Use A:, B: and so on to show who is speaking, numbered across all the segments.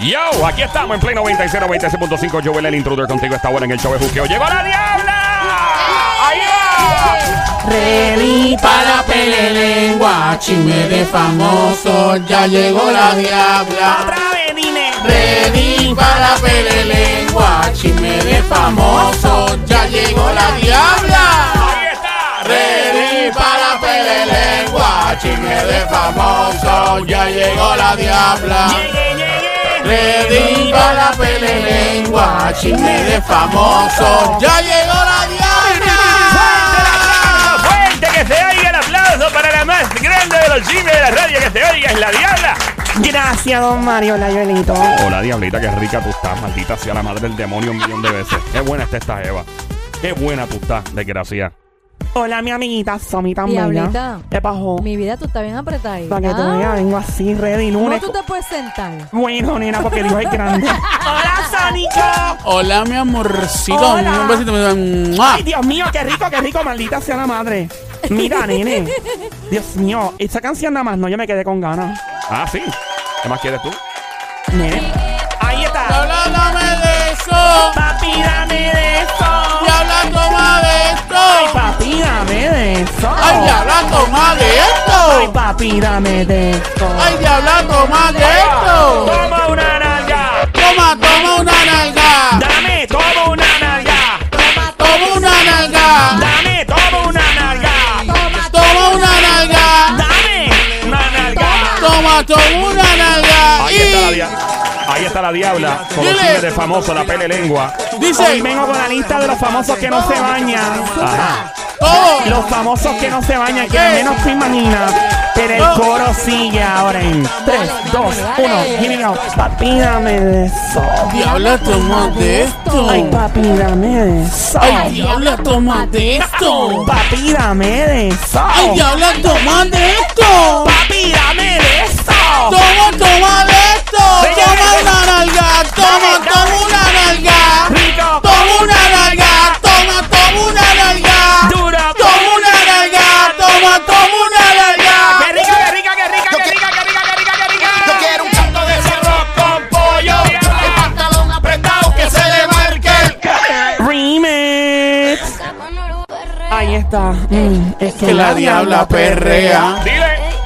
A: Yo, aquí estamos en Play 96, 96.5. Joel, el intruder contigo está bueno en el show de juqueo. ¡Llegó la diabla! ¡Ahí va!
B: Ready para pelelengua, chisme de famosos, ya llegó la diabla.
C: Otra vez, dime.
B: Ready para pelelengua, chisme de famosos, ya llegó la diabla.
A: ¡Ahí está!
B: Ready para pelelengua, chisme de famosos, ya llegó la diabla.
C: Llegué, llegué.
B: Ready para pelelengua, chisme de famosos, ya llegó la
A: ¡Fuerte el aplauso!
B: diabla.
A: ¡Fuerte que se oiga el aplauso para la más grande de los chismes de la radio que se oiga! ¡Es la diabla!
C: Gracias, don Mario, la Joelito.
A: Hola, diablita, qué rica tú estás, maldita sea la madre del demonio un millón de veces. Qué buena está esta Eva. Qué buena tú estás, desgracias.
C: Hola, mi amiguita Somi tan bella.
D: Diablita.
C: ¿Qué pasó?
D: Mi vida, tú estás bien apretada.
C: Para que tú
D: Ah,
C: veas, vengo así, ready
D: ¿Cómo
C: lunes.
D: tú te puedes sentar?
C: Bueno, nena, porque Dios es grande. ¡Hola, Sónico!
B: Hola, mi amorcito.
C: Hola.
B: Un besito. ¡Mua!
C: ¡Ay, Dios mío, qué rico, qué rico! ¡Maldita sea la madre! Mira, nene. Dios mío, esa canción nada más no, yo me quedé con ganas.
A: Ah, sí. ¿Qué más quieres tú?
C: Nene. Ahí está.
B: Hablándome de eso.
C: Papi, dame de eso.
B: Y hablando más de
C: Ay,
B: esto.
C: papi, dame de eso.
B: Ay, y hablando más de
C: Ay,
B: esto.
C: papi, dame de eso.
B: Ay, y hablando más de esto.
A: ¡Toma una nalga!
B: Toma, toma una nalga.
A: ¡Dame, toma una nalga!
B: Toma una nalga.
A: ¡Dame, toma una nalga!
B: Toma una nalga.
A: ¡Dame una nalga!
B: Toma, toma una nalga.
A: Ahí está la
B: Y
A: diabla. Ahí está la diabla. Con los
B: Dile.
A: chismes de famoso, la pele lengua.
C: Hoy
B: dice,
C: vengo con la lista de los famosos que no se bañan.
A: Ajá.
B: todo.
C: Los famosos que no se bañan, que menos te imaginas. Pero el coro sigue ahora en 3, 2, 1. Here we go. Papi, dame de eso.
B: Y hablando más de esto.
C: Ay, papi, dame de eso.
B: Ay, diabla, toma de esto.
C: Papi, dame de eso.
B: Ay, diabla, toma de esto.
C: Papi, dame de eso.
B: Toma, toma de esto. Toma una nalga. Toma, toma una nalga.
C: Rico,
B: Toma una nalga. Toma, toma una nalga.
C: duro.
B: Toma una nalga. Toma, toma una
A: ¡Qué
B: nalga.
A: rica, qué rica, qué rica, qué rica, qué rica, qué rica, qué rica! Yo quiero un canto de ese arroz con pollo. El pantalón apretado que se le marque
C: Remix. Ahí está. Mm, es que
A: Dile.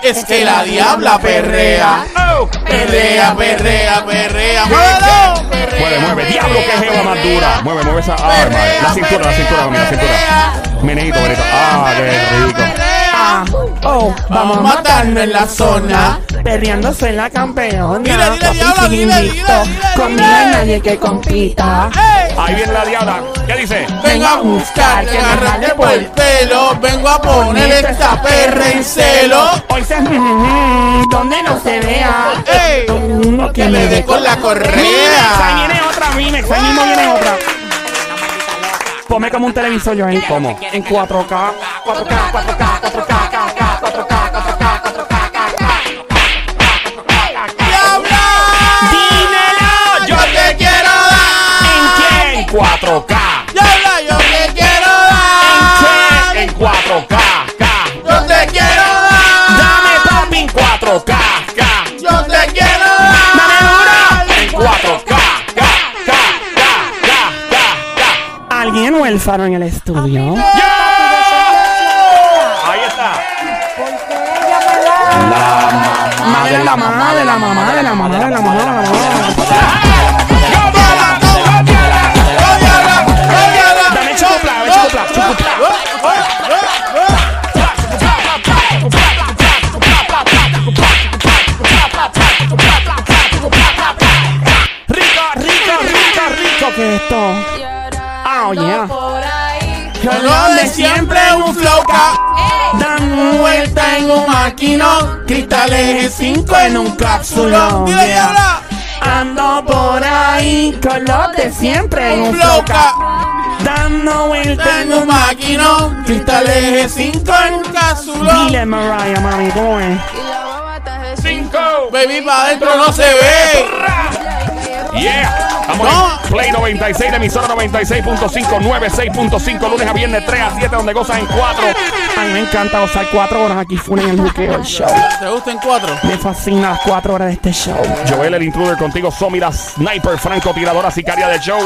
B: Es que la diabla perrea.
A: Oh.
B: Perrea, perrea, perrea. Muévelo. Perrea,
A: Mueve, mueve. Diablo, que jeva más dura. Mueve, mueve esa arma. La cintura, la cintura, mami, la cintura. Meneito, bonito. Ah, qué rico.
C: Ah, oh, vamos a
B: matarnos en la zona.
C: Perreándose en la campeona.
B: Dile, dile,
C: Papi,
B: diablo,
C: sigue
B: dile,
C: invicto.
B: dile, dile,
C: Conmigo
B: dile.
C: hay nadie que compita.
A: Ahí viene la diabla. ¿Qué dice?
B: Vengo a buscar, que agarrarte por el pelo. Vengo a poner esta perra en celo.
C: Hoy se. Donde no se vea.
B: ¡Ey!
C: Todo el mundo
B: Que le dé con la
C: Remix, Ahí
B: correa.
C: viene otra remix. Ahí mismo viene otra. Ponme como un televisor, yo en cómo. En 4K. 4K, 4K, 4K, 4K, 4K, 4K, 4K.
B: ¡Diabla!
A: ¡Dímelo!
B: ¡Yo te quiero dar!
A: ¿En quién? 4K.
B: ¡Diabla, yo te quiero dar!
A: ¿En 4K? K.
B: ¡Yo te quiero
A: Dame,
B: dar!
A: papi, en 4K. K.
B: ¡Yo te quiero
A: Dame
B: dar!
A: duro. En 4K. K. K. K. K. K. K.
C: ¿Alguien o el faro en el estudio?
A: ¡Yo! Ahí está.
C: Mamá de la mamá, de la mamá, de la mamá, de la mamá, de la mamá.
B: ¡Diabla, toma, diabla! ¡Oh, diabla! ¡Oh, diabla!
A: Dame chupla, dame chupla, chupla. Rico, rico, rico, rico.
C: ¿Qué es esto? Ah, oye.
D: Por ahí.
B: Lo de siempre un flow ca-
C: Dan vuelta.
B: Vuelta en un maquino, cristales 5 en un cápsulo.
C: Dile, diabla. Ando por ahí con los de siempre. Un flow
B: Loca,
C: dando vuelta.
B: en un maquino, cristales 5 en un cápsulo.
C: Dile Mariah, mami, ¿cómo es?
A: Cinco.
B: Baby, pa' adentro no se ve.
A: Yeah. Estamos en Play 96, la emisora 96.5, 96.5, lunes a viernes 3 a 7, donde gozas en 4.
C: A mí me encanta gozar cuatro horas aquí full en el buqueo, el show.
B: ¿Te gustan cuatro?
C: Me fascina las cuatro horas de este show.
A: Joel, el intruder contigo, Somi, la sniper, francotiradora, sicaria del show.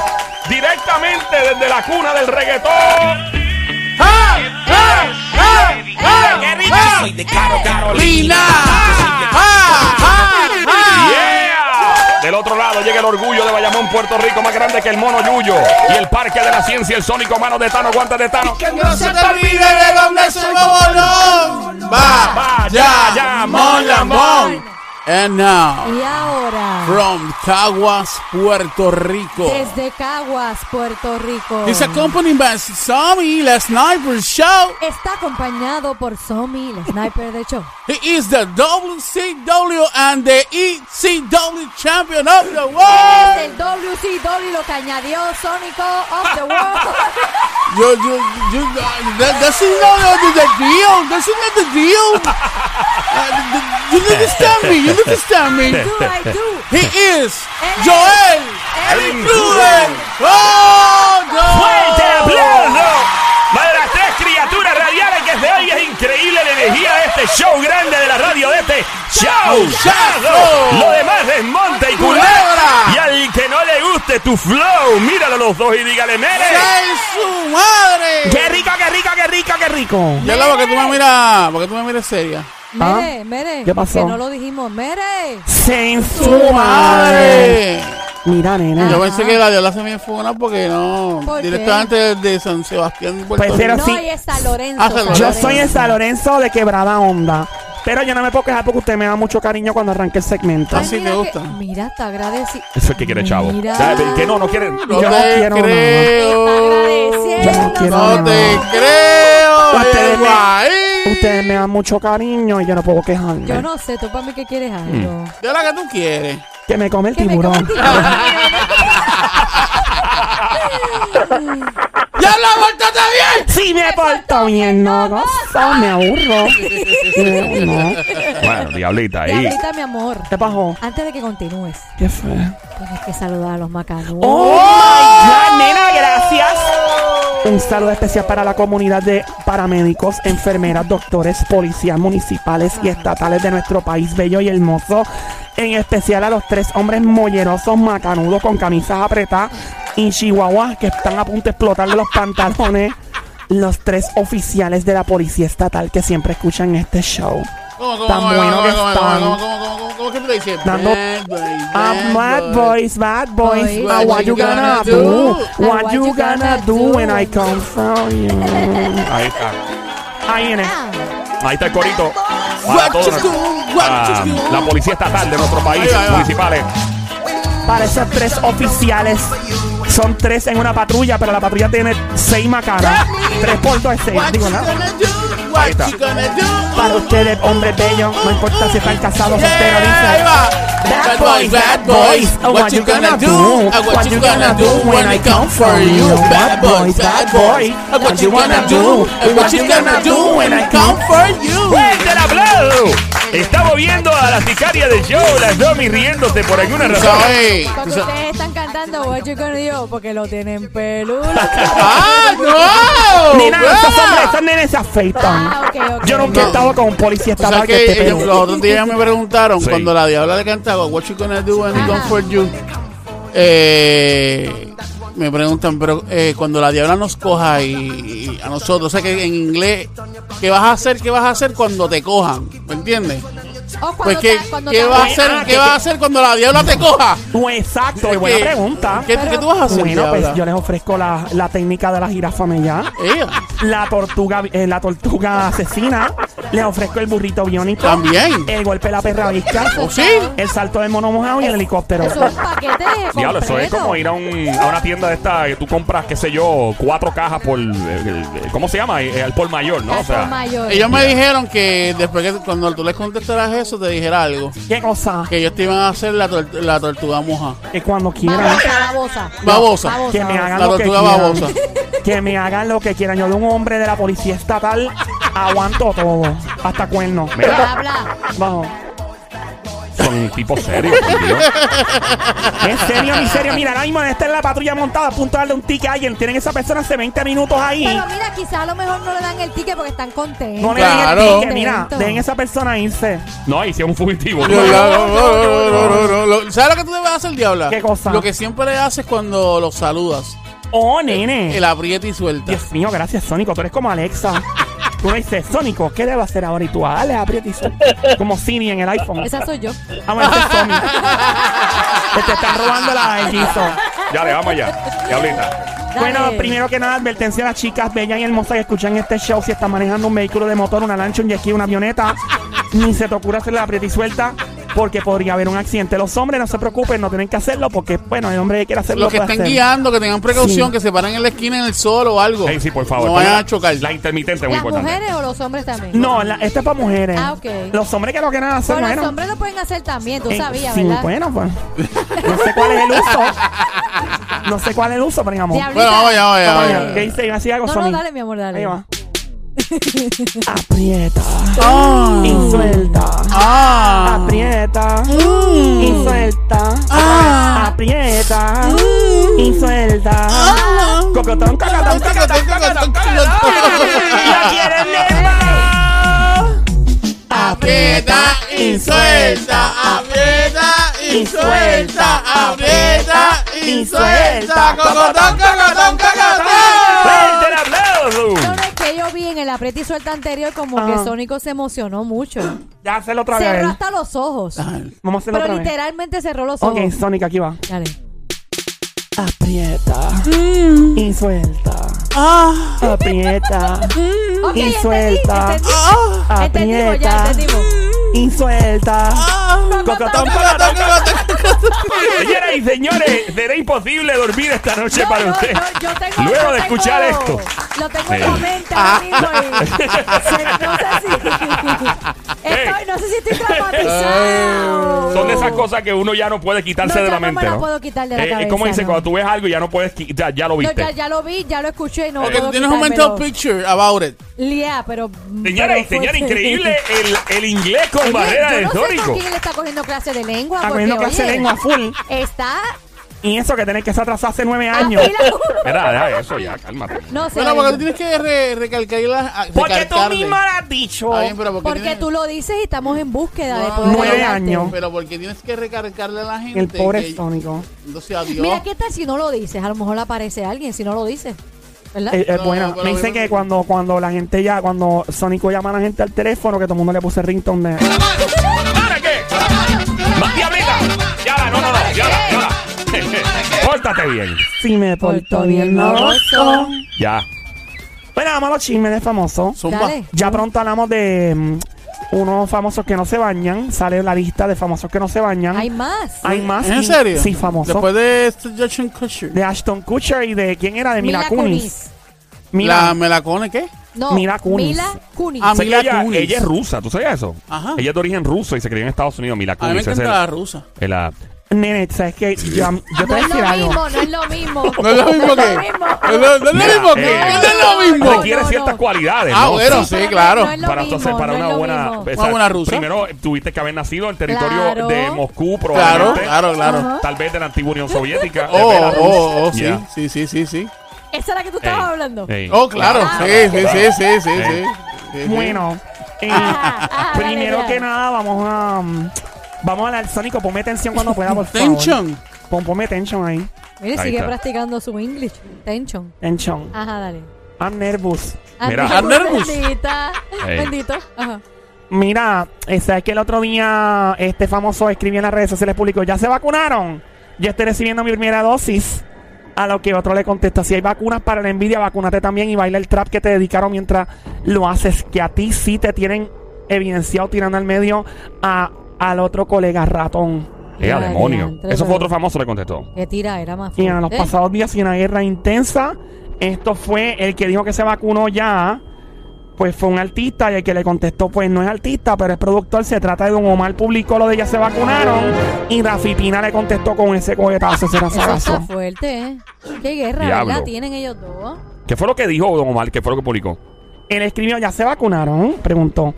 A: Directamente desde la cuna del reggaetón.
E: ¡Qué rica soy de Caro Carolina!
B: ¡Lina! ¡Ah! ¡Ah!
A: Yeah. Del otro lado llega el orgullo de Bayamón, Puerto Rico, más grande que el mono Yuyo. Y el parque de la ciencia, el sónico mano de Tano, guantes de Tano.
B: Que no se te olvide de dónde somos, no. Va, ya, ya, mon, la mon. And now,
D: Y ahora,
B: from Caguas, Puerto Rico,
D: desde Caguas, Puerto Rico,
B: is accompanied by Sammy, the sniper show.
D: está acompañado por Somi, el sniper de show.
B: He is the WCW and the ECW champion of the world.
D: Desde el WCW lo que añadió Sónico of the World.
B: Yo, yo, yo, uh, that, that's not the, the deal. That's not the deal. Uh, th- you don't understand me. You don't understand me.
D: Do I do?
B: He is Joel
A: Erin
B: Cruden. Oh, no.
A: ¡Fuerte aplauso! Para las tres criaturas radiales que se oye es increíble la energía de este show grande de la radio de este show.
B: ¡Show!
A: Lo demás es monte y culebra.
B: ¡Culebra!
A: Y al que no le guste tu flow, míralo los dos y dígale, mere.
B: ¡Ay, su madre!
C: ¡Qué rico, qué rico, qué rico, qué rico!
B: Ya la porque tú me miras, porque tú me miras seria.
C: ¿Ah?
D: Mere, mere.
C: ¿Qué pasó?
D: Que no lo dijimos. Mere.
C: ¡Sin
B: ¡Su
C: su madre!
B: madre!
C: Mira, nena.
B: Yo pensé que la Diola se me fue una porque no.
D: ¿Por qué?
B: directamente de San Sebastián. Puerto
C: Pues era
B: Rico.
D: no,
C: sí.
D: ahí está Lorenzo.
B: Ah, San
C: Yo
B: Lorenzo.
C: soy en San Lorenzo de Quebrada Onda. Pero yo no me puedo quejar porque usted me da mucho cariño cuando arranque el segmento.
B: Ah, sí,
D: mira
B: te
D: que-
B: gusta.
D: Mira, está agradecido.
A: Eso es que quiere chavo.
D: Mira.
A: ¿Sabe? Que no, no quiere.
B: No
C: Yo no
B: te
C: quiero nada.
B: creo.
D: Está
C: no quiero Pues
B: No
D: agradeciendo.
B: te creo.
C: Ustedes
B: el
C: me-
B: guay.
C: Ustedes me dan mucho cariño y yo no puedo quejarme.
D: Yo no sé, tú para mí que quieres
B: Hmm.
D: algo.
B: De la que tú quieres.
C: Que me come el
D: Que me coma
C: tiburón.
D: el tiburón.
B: ¡Ya la vuelta bien!
C: Si me porto bien, no gozo, me aburro. Eh, no.
A: Bueno, diablita ahí.
D: Diablita, mi amor.
C: ¿Qué pasó?
D: Antes de que continúes,
C: ¿Qué fue?
D: tienes que saludar a los macanudos.
C: ¡Oh, my God, nena! ¡Gracias! Un saludo especial para la comunidad de paramédicos, enfermeras, doctores, policías municipales y estatales de nuestro país bello y hermoso. En especial a los tres hombres mollerosos, macanudos, con camisas apretadas y chihuahuas que están a punto de explotarle los pantalones. Los tres oficiales de la policía estatal que siempre escuchan este show.
B: ¿Cómo, cómo,
C: Tan
B: cómo,
C: bueno
B: cómo,
C: que
B: cómo,
C: están.
B: cómo, cómo, cómo, cómo, cómo es que tú le dices?
C: Dando-
B: Bad boy,
C: I'm bad boys, bad boys.
D: Boys.
C: Ah, what you gonna do? What you gonna do when I come for you?
A: Ahí está.
C: Ahí viene.
D: Ah,
A: Ahí está el corito. Para
B: What you
A: todos.
B: do, what
A: Ah,
B: you do.
A: la policía estatal de nuestro país,
B: Ahí va, ahí va.
A: municipales.
C: Para esos tres oficiales. Son tres en una patrulla, pero la patrulla tiene seis macanas. Tres por dos es seis.
B: What
C: Digo,
B: you
C: ¿no?
B: gonna do? What
A: Ahí está.
B: you gonna do?
C: Para ustedes, hombres bellos, no importa si están casados o solteros,
B: Yeah, ahí
C: dice.
B: va.
C: Bad boys, bad boys,
B: Oh, what you gonna do? Oh, What you gonna do when I come for you? Bad boys, bad boys, Oh, what you gonna do? Oh, What you gonna do when I come for you?
A: ¡Fuerte el aplauso! Estamos viendo a la sicaria de show, las Domi riéndose por alguna razón.
B: Ay, tú
D: Porque
B: sabes-
D: ustedes están cantando What You Gonna Do porque lo tienen peludo.
B: ¡Ah, no!
C: Ni nada, esos
B: Buena.
C: hombres, esos nenes se afeitan.
D: Ah, ok, ok.
C: Yo nunca he estado con un policía
B: O sea
C: estatal que
B: que
C: esté
B: ellos,
C: peludo.
B: los otros días me preguntaron
A: Sí.
B: cuando la diabla le cantaba What you gonna do when I come
D: Ajá.
B: for you eh, me preguntan pero eh, cuando la diabla nos coja y, y a nosotros o sea que en inglés ¿qué vas a hacer? ¿qué vas a hacer cuando te cojan? ¿me entiendes?
D: O Oh, cuando
B: pues ¿qué,
D: te- cuando
B: ¿qué
D: te-
B: vas a
C: Ah,
B: hacer?
C: que-
B: ¿qué vas a hacer cuando la diabla te coja?
C: No, exacto, y buena
B: ¿Qué-
C: pregunta.
B: ¿qué, qué tú vas a hacer?
C: Bueno,
B: diabla?
C: pues yo les ofrezco la, la técnica de la jirafa mellá,
D: Ah,
B: Ella,
C: la tortuga, eh, la tortuga asesina, les ofrezco el burrito biónico,
B: también
C: el golpe de la perra visca,
B: ¿o sí?
C: el salto del mono mojado y el helicóptero.
D: Eso es un paquete completo.
A: Diablo, eso es como ir a, un- a una tienda de esta que tú compras, qué sé yo, cuatro cajas por. eh, eh, ¿Cómo se llama? Eh, Al por mayor, ¿no? O
D: Gato
A: sea,
D: mayor.
B: ellos me dijeron que después que cuando tú les contestaras eso te dijera algo
C: ¿Qué cosa?
B: que ellos te iban a hacer la, tor- la tortuga moja.
C: Que cuando quieran,
D: Babosa, babosa.
B: Babosa.
C: que me hagan
B: La
C: lo que
B: tortuga
C: quieran.
B: babosa.
C: Que me hagan lo que quieran. Yo de un hombre de la policía estatal aguanto todo, hasta cuernos.
A: mira,
D: Habla.
C: Vamos.
A: son un tipo serio. por Dios.
C: En serio, mi serio. Mira, ahora mismo está en la patrulla montada a punto de darle un ticket a alguien. Tienen esa persona hace 20 minutos ahí.
D: Pero mira, quizás a lo mejor no le dan el ticket porque están contentos.
C: No le den
D: dan
C: el
D: el
B: Claro.
C: ticket. Mira, dejen esa persona irse.
A: No, y si es un fugitivo.
B: No, no, no, no, no, no, no, no. ¿Sabes lo que tú debes hacer, diabla?
C: ¿Qué cosa?
B: Lo que siempre le haces cuando los saludas.
C: Oh, nene.
B: El aprieta y suelta.
C: Dios mío, gracias, Sónico. Tú eres como Alexa. Tú me dices, Sónico, ¿qué debo hacer ahora? Y tú, dale, aprieta y suelta. Como Siri en el iPhone.
D: Esa soy yo.
C: Ah, bueno, ese es Sony. Que te están robando la hechizo.
A: Dale, vamos allá. Diablita.
D: Dale.
C: Bueno, primero que nada, advertencia a las chicas bellas y hermosas que escuchan este show. Si están manejando un vehículo de motor, una lancha, un jet ski, una avioneta, ni se te ocurra hacer la aprieta y suelta porque podría haber un accidente. Los hombres no se preocupen, no tienen que hacerlo porque, bueno, el hombre que quiere hacerlo
B: Los que
C: puede
B: estén
C: hacer.
B: guiando, que tengan precaución,
C: Sí.
B: que se paran en la esquina en el sol o algo.
A: Ey, sí, por favor.
B: Oh, No
A: ponla-
B: vayan a chocar.
A: La intermitente es muy
D: ¿Las
A: importante.
D: mujeres o los hombres también?
C: No, la- esto es para mujeres.
D: Ah, ok.
C: Los hombres que lo que nada hacen,
D: Pero
C: bueno.
D: los hombres lo pueden hacer también, tú
C: eh,
D: sabías,
C: sí,
D: ¿verdad?
C: bueno, pues. No sé cuál es el uso. No sé cuál es el uso, pero digamos.
D: Diablita.
B: Bueno, vamos allá, vamos allá, vamos
C: Oye,
B: allá.
C: ¿Qué dice? Iba a decir algo,
D: No,
C: Sony.
D: no, dale, mi amor, dale.
C: Ahí va. Aprieta. Y suelta.
B: Ah.
C: Aprieta
B: Mm.
C: y suelta.
B: Ah.
C: Aprieta y suelta. Cocotón, cocotón, cocotón, cocotón, cocotón. ¡Ya quieren de más!
B: Aprieta y suelta, aprieta y suelta, aprieta y suelta, cocotón, cocotón, cocotón.
A: ¡Fuerte el aplauso!
D: No, no, es que yo vi en el aprieta y suelta anterior como
C: Ajá.
D: que Sónico se emocionó mucho.
C: Ya hacerlo Ah. otra vez.
D: Cerró hasta los ojos.
C: Vamos a hacerlo
D: Pero
C: otra vez.
D: literalmente cerró los
C: Ok,
D: ojos.
C: Sonic, aquí va.
D: Dale.
C: Aprieta y suelta.
B: Ah,
C: Aprieta
D: Ok,
C: y
D: entendí,
C: suelta.
D: entendí.
B: ah,
D: Entendimos ya,
C: Aprieta
D: entendimos.
C: y suelta.
B: ah.
C: Cocotón,
B: Cocotón,
C: cocotón.
B: cocotón, cocotón.
A: Señoras y señores, será imposible dormir esta noche
D: No,
A: para
D: yo-
A: usted.
D: yo- yo tengo-
A: Luego
D: yo
A: de
D: tengo-
A: escuchar esto.
D: Lo tengo en
A: Sí.
D: la mente ahora mismo. y- se- no sé si. Estoy, no sé si estoy traumatizado.
A: Son de esas cosas que uno ya no puede quitarse
D: No,
A: de
D: ya
A: la
D: no me
A: mente.
D: la puedo quitar de la
A: Eh, ¿y ¿Cómo
D: cabeza,
A: dice?
D: no.
A: Cuando tú ves algo ya no puedes quitar, ya lo
D: No,
A: viste.
D: ya, ya lo vi, ya lo escuché y no puedo
B: Eh, Tienes un mental
D: quitármelo.
B: picture about it.
D: Lía, pero.
A: Señoras y
D: pero
A: señores,
D: fuerte.
A: increíble el, el inglés con
D: Oye,
A: barrera
D: yo
A: de
D: no sé con
A: histórico.
D: quién le está cogiendo clase de lengua.
C: Está
D: porque,
C: cogiendo clase de
D: oye,
C: lengua full.
D: Está.
C: Y eso que tenés que se atrasó hace nueve
D: a
C: años.
D: fila uno.
A: Espera, deja eso ya, cálmate.
D: No sé.
B: Bueno, porque tú tienes que re- recalcar las. ah,
C: Porque tú misma lo has dicho.
B: Está bien, pero porque,
D: porque
B: tienes-
D: tú lo dices y estamos en búsqueda de
B: Ah.
D: poder
C: Nueve
D: ayudarte.
C: años.
B: Pero porque tienes que recargarle a la gente.
C: El pobre oh.
B: que-
C: Sónico.
B: Entonces, adiós.
D: Mira, ¿qué tal si no lo dices? A lo mejor aparece alguien si no lo dices. ¿Verdad?
C: Es, es
B: No,
C: buena.
B: pero
C: Eh, Me dicen
B: obviamente-
C: que cuando, cuando la gente ya, cuando Sónico llama a la gente al teléfono, que todo el mundo le puso el ringtone de. "Ah,
A: ¿Para qué? ¡Más diablita! ¡Ya la, no, no, no! ¡Ya la, ya la! ¡Pórtate bien!
C: Si me porto bien, no lo soy.
A: Ya.
C: Bueno, vamos a los chismes de famosos.
B: Zumba.
D: Dale.
C: Ya pronto hablamos de mm, unos famosos que no se bañan. Sale la lista de famosos que no se bañan.
D: Hay más.
C: Hay más.
B: ¿Es ¿En
C: y-
B: serio?
C: Sí, famosos.
B: Después de este Jackson Kutcher.
C: De Ashton Kutcher y de quién era, de Mila, Kunis.
B: La melacone, ¿qué?
D: No,
C: Mila Kunis.
D: Mila Kunis.
B: Ah,
A: O sea, que
B: Mila
A: ella,
B: Kunis.
A: ella es rusa, ¿tú sabías eso?
B: Ajá.
A: Ella es de origen ruso y se crió en Estados Unidos. Mila
B: A mí me
A: Kunis es
B: encanta
A: el,
B: la rusa.
A: el, ah,
C: Nene, ¿sabes qué? Yo, yo te
D: no
C: voy a
D: es
C: decir
D: lo
C: algo.
D: mismo, no es lo mismo.
B: No es lo mismo que.
D: No es lo mismo.
B: No es lo
A: Mira,
B: mismo que.
A: eh,
B: No es lo mismo.
D: No,
A: requiere
D: no,
A: ciertas
D: no.
A: cualidades,
B: Ah,
A: ¿no?
B: bueno, sí,
D: pero no-
B: claro.
D: no es lo
A: para
D: mismo,
A: entonces para
D: no es
A: una
D: lo
A: buena
D: mismo.
A: o sea,
B: buena rusa.
A: primero eh, tuviste que haber nacido en territorio
D: Claro.
A: de Moscú
B: Claro,
A: probablemente
B: claro, claro.
D: Ajá.
A: tal vez de la antigua Unión Soviética de
B: Oh,
A: Belarus.
B: oh, oh, sí,
A: Yeah.
B: sí, sí, sí,
A: eh,
B: sí.
D: Esa es la que tú
A: Ey,
D: estabas hablando.
A: ey.
B: Oh, claro,
D: Claro.
A: eh,
B: sí, sí, sí, sí, sí, sí. Sí, sí.
C: Bueno, eh,
D: Ajá, ajá, Ah, dale,
C: primero
D: dale.
C: que nada, vamos a. mm, Vamos a hablar, Sónico, ponme tensión cuando pueda, por favor.
B: Tension.
C: Pon, ponme tension ahí.
D: Mire,
A: Ahí
D: sigue
A: está.
D: practicando su English. Tension.
C: Tension.
D: Ajá, dale.
C: I'm nervous.
A: Mira.
D: Andrés,
B: Andrés.
D: Bendita.
A: Ey.
D: Bendito. Ajá.
C: Mira, eh, sabes que el otro día este famoso escribió en las redes sociales públicos, ya se vacunaron. Yo estoy recibiendo mi primera dosis. A lo que otro le contesta, si hay vacunas para la envidia, vacúnate también y baila el trap que te dedicaron mientras lo haces, que a ti sí te tienen evidenciado tirando al medio a, al otro colega ratón.
A: Ea,
D: Ay,
A: demonio.
D: diantre,
A: Eso fue
D: pero-
A: otro famoso le contestó.
D: Qué tira, era más
C: Y en los
D: fuerte.
C: pasados días y una guerra intensa, esto fue el que dijo que se vacunó ya, pues fue un artista y el que le contestó, pues no es artista, pero es productor, se trata de Don Omar, publicó lo de ya se vacunaron y Rafi Pina le contestó con ese cohetazo, ese
D: Eso está
C: razazo.
D: fuerte, ¿eh? Qué guerra,
A: Diablo.
D: ¿verdad? Tienen ellos dos.
A: ¿Qué fue lo que dijo Don Omar? ¿Qué fue lo que publicó?
C: Él escribió, ya se vacunaron, preguntó.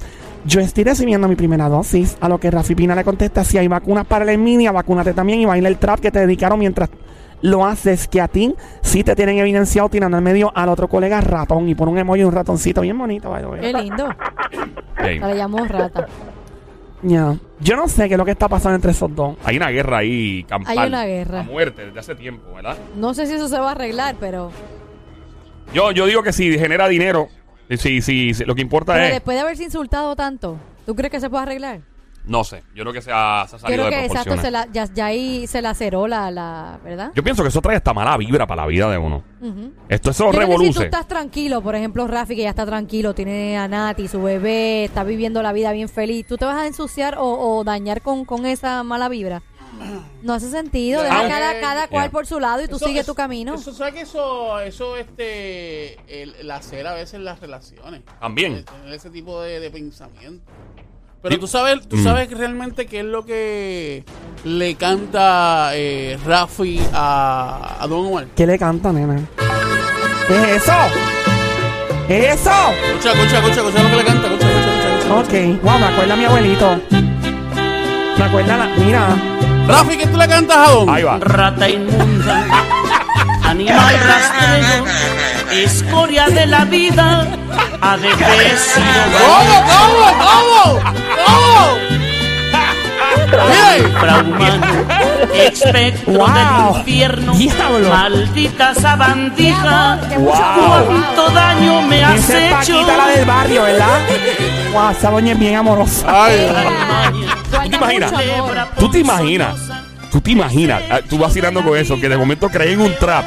C: Yo estoy recibiendo mi primera dosis, a lo que Rafi Pina le contesta, si hay vacunas para la herminia, vacúnate también y baila el trap que te dedicaron mientras lo haces, que a ti sí te tienen evidenciado tirando al medio al otro colega ratón y pone un emoji de un ratoncito bien bonito. by the way.
D: Qué lindo.
A: Ey,
D: La llamó rata.
C: Ya. Yo no sé qué es lo que está pasando entre esos dos.
A: Hay una guerra ahí, campal.
D: Hay una guerra.
A: A muerte desde hace tiempo, ¿verdad?
D: No sé si eso se va a arreglar, pero,
A: Yo, yo digo que si genera dinero, si, si, si- lo que importa
D: pero
A: es.
D: después de haberse insultado tanto, ¿tú crees que se puede arreglar?
A: No sé, yo creo que se ha, se ha salido
D: Creo
A: de
D: que exacto,
A: proporciones.
D: se la, ya, ya ahí se la ceró la, la ¿verdad?
A: Yo pienso que eso trae hasta mala vibra para la vida de uno.
D: Ujú.
A: Esto eso
D: Yo creo que Si tú
A: revoluce.
D: estás tranquilo, por ejemplo, Rafi, que ya está tranquilo, tiene a Nati, su bebé, está viviendo la vida bien feliz, ¿tú te vas a ensuciar o, o dañar con, con esa mala vibra? No hace sentido. Deja
A: Aunque-
D: cada, cada cual
A: Yeah.
D: por su lado y tú
B: Eso-
D: sigues
B: eso-
D: tu camino.
B: Eso, ¿sabes que eso, eso, este, el, el hacer a veces las relaciones.
A: También.
B: El tener ese tipo de, de pensamiento. Pero tú sabes, tú
A: Mm.
B: sabes realmente qué es lo que le canta eh, Rafi a, a Don Omar.
C: ¿Qué le canta, nena? ¿Qué es eso? ¿Qué es eso?
B: Escucha, escucha, escucha, escucha lo que le canta. Escucha, escucha, escucha, escucha.
C: Ok, wow, me acuerda a mi abuelito. Me acuerda la. Mira.
B: Rafi, ¿qué tú le cantas a Don?
A: Ahí va.
F: Rata inmunda, animal rastrero, escoria de la vida, adefesio,
B: ¿Cómo, cómo, cómo? ¿Cómo? Mira,
F: infrahumano, espectro
C: Wow.
F: del infierno,
C: Diablo.
F: maldita
A: Ah.
F: sabandija,
D: Que mucho-
F: cuánto daño me has
C: Esa es
F: hecho.
C: Paquita, la del barrio, ¿verdad? wow, esa doña es bien amorosa.
B: ay,
D: Guarda
A: ¿Tú te imaginas?
D: mucho amor.
A: Tú te imaginas. Tú te imaginas. ah, Tú vacilando con eso, que de momento creen un trap.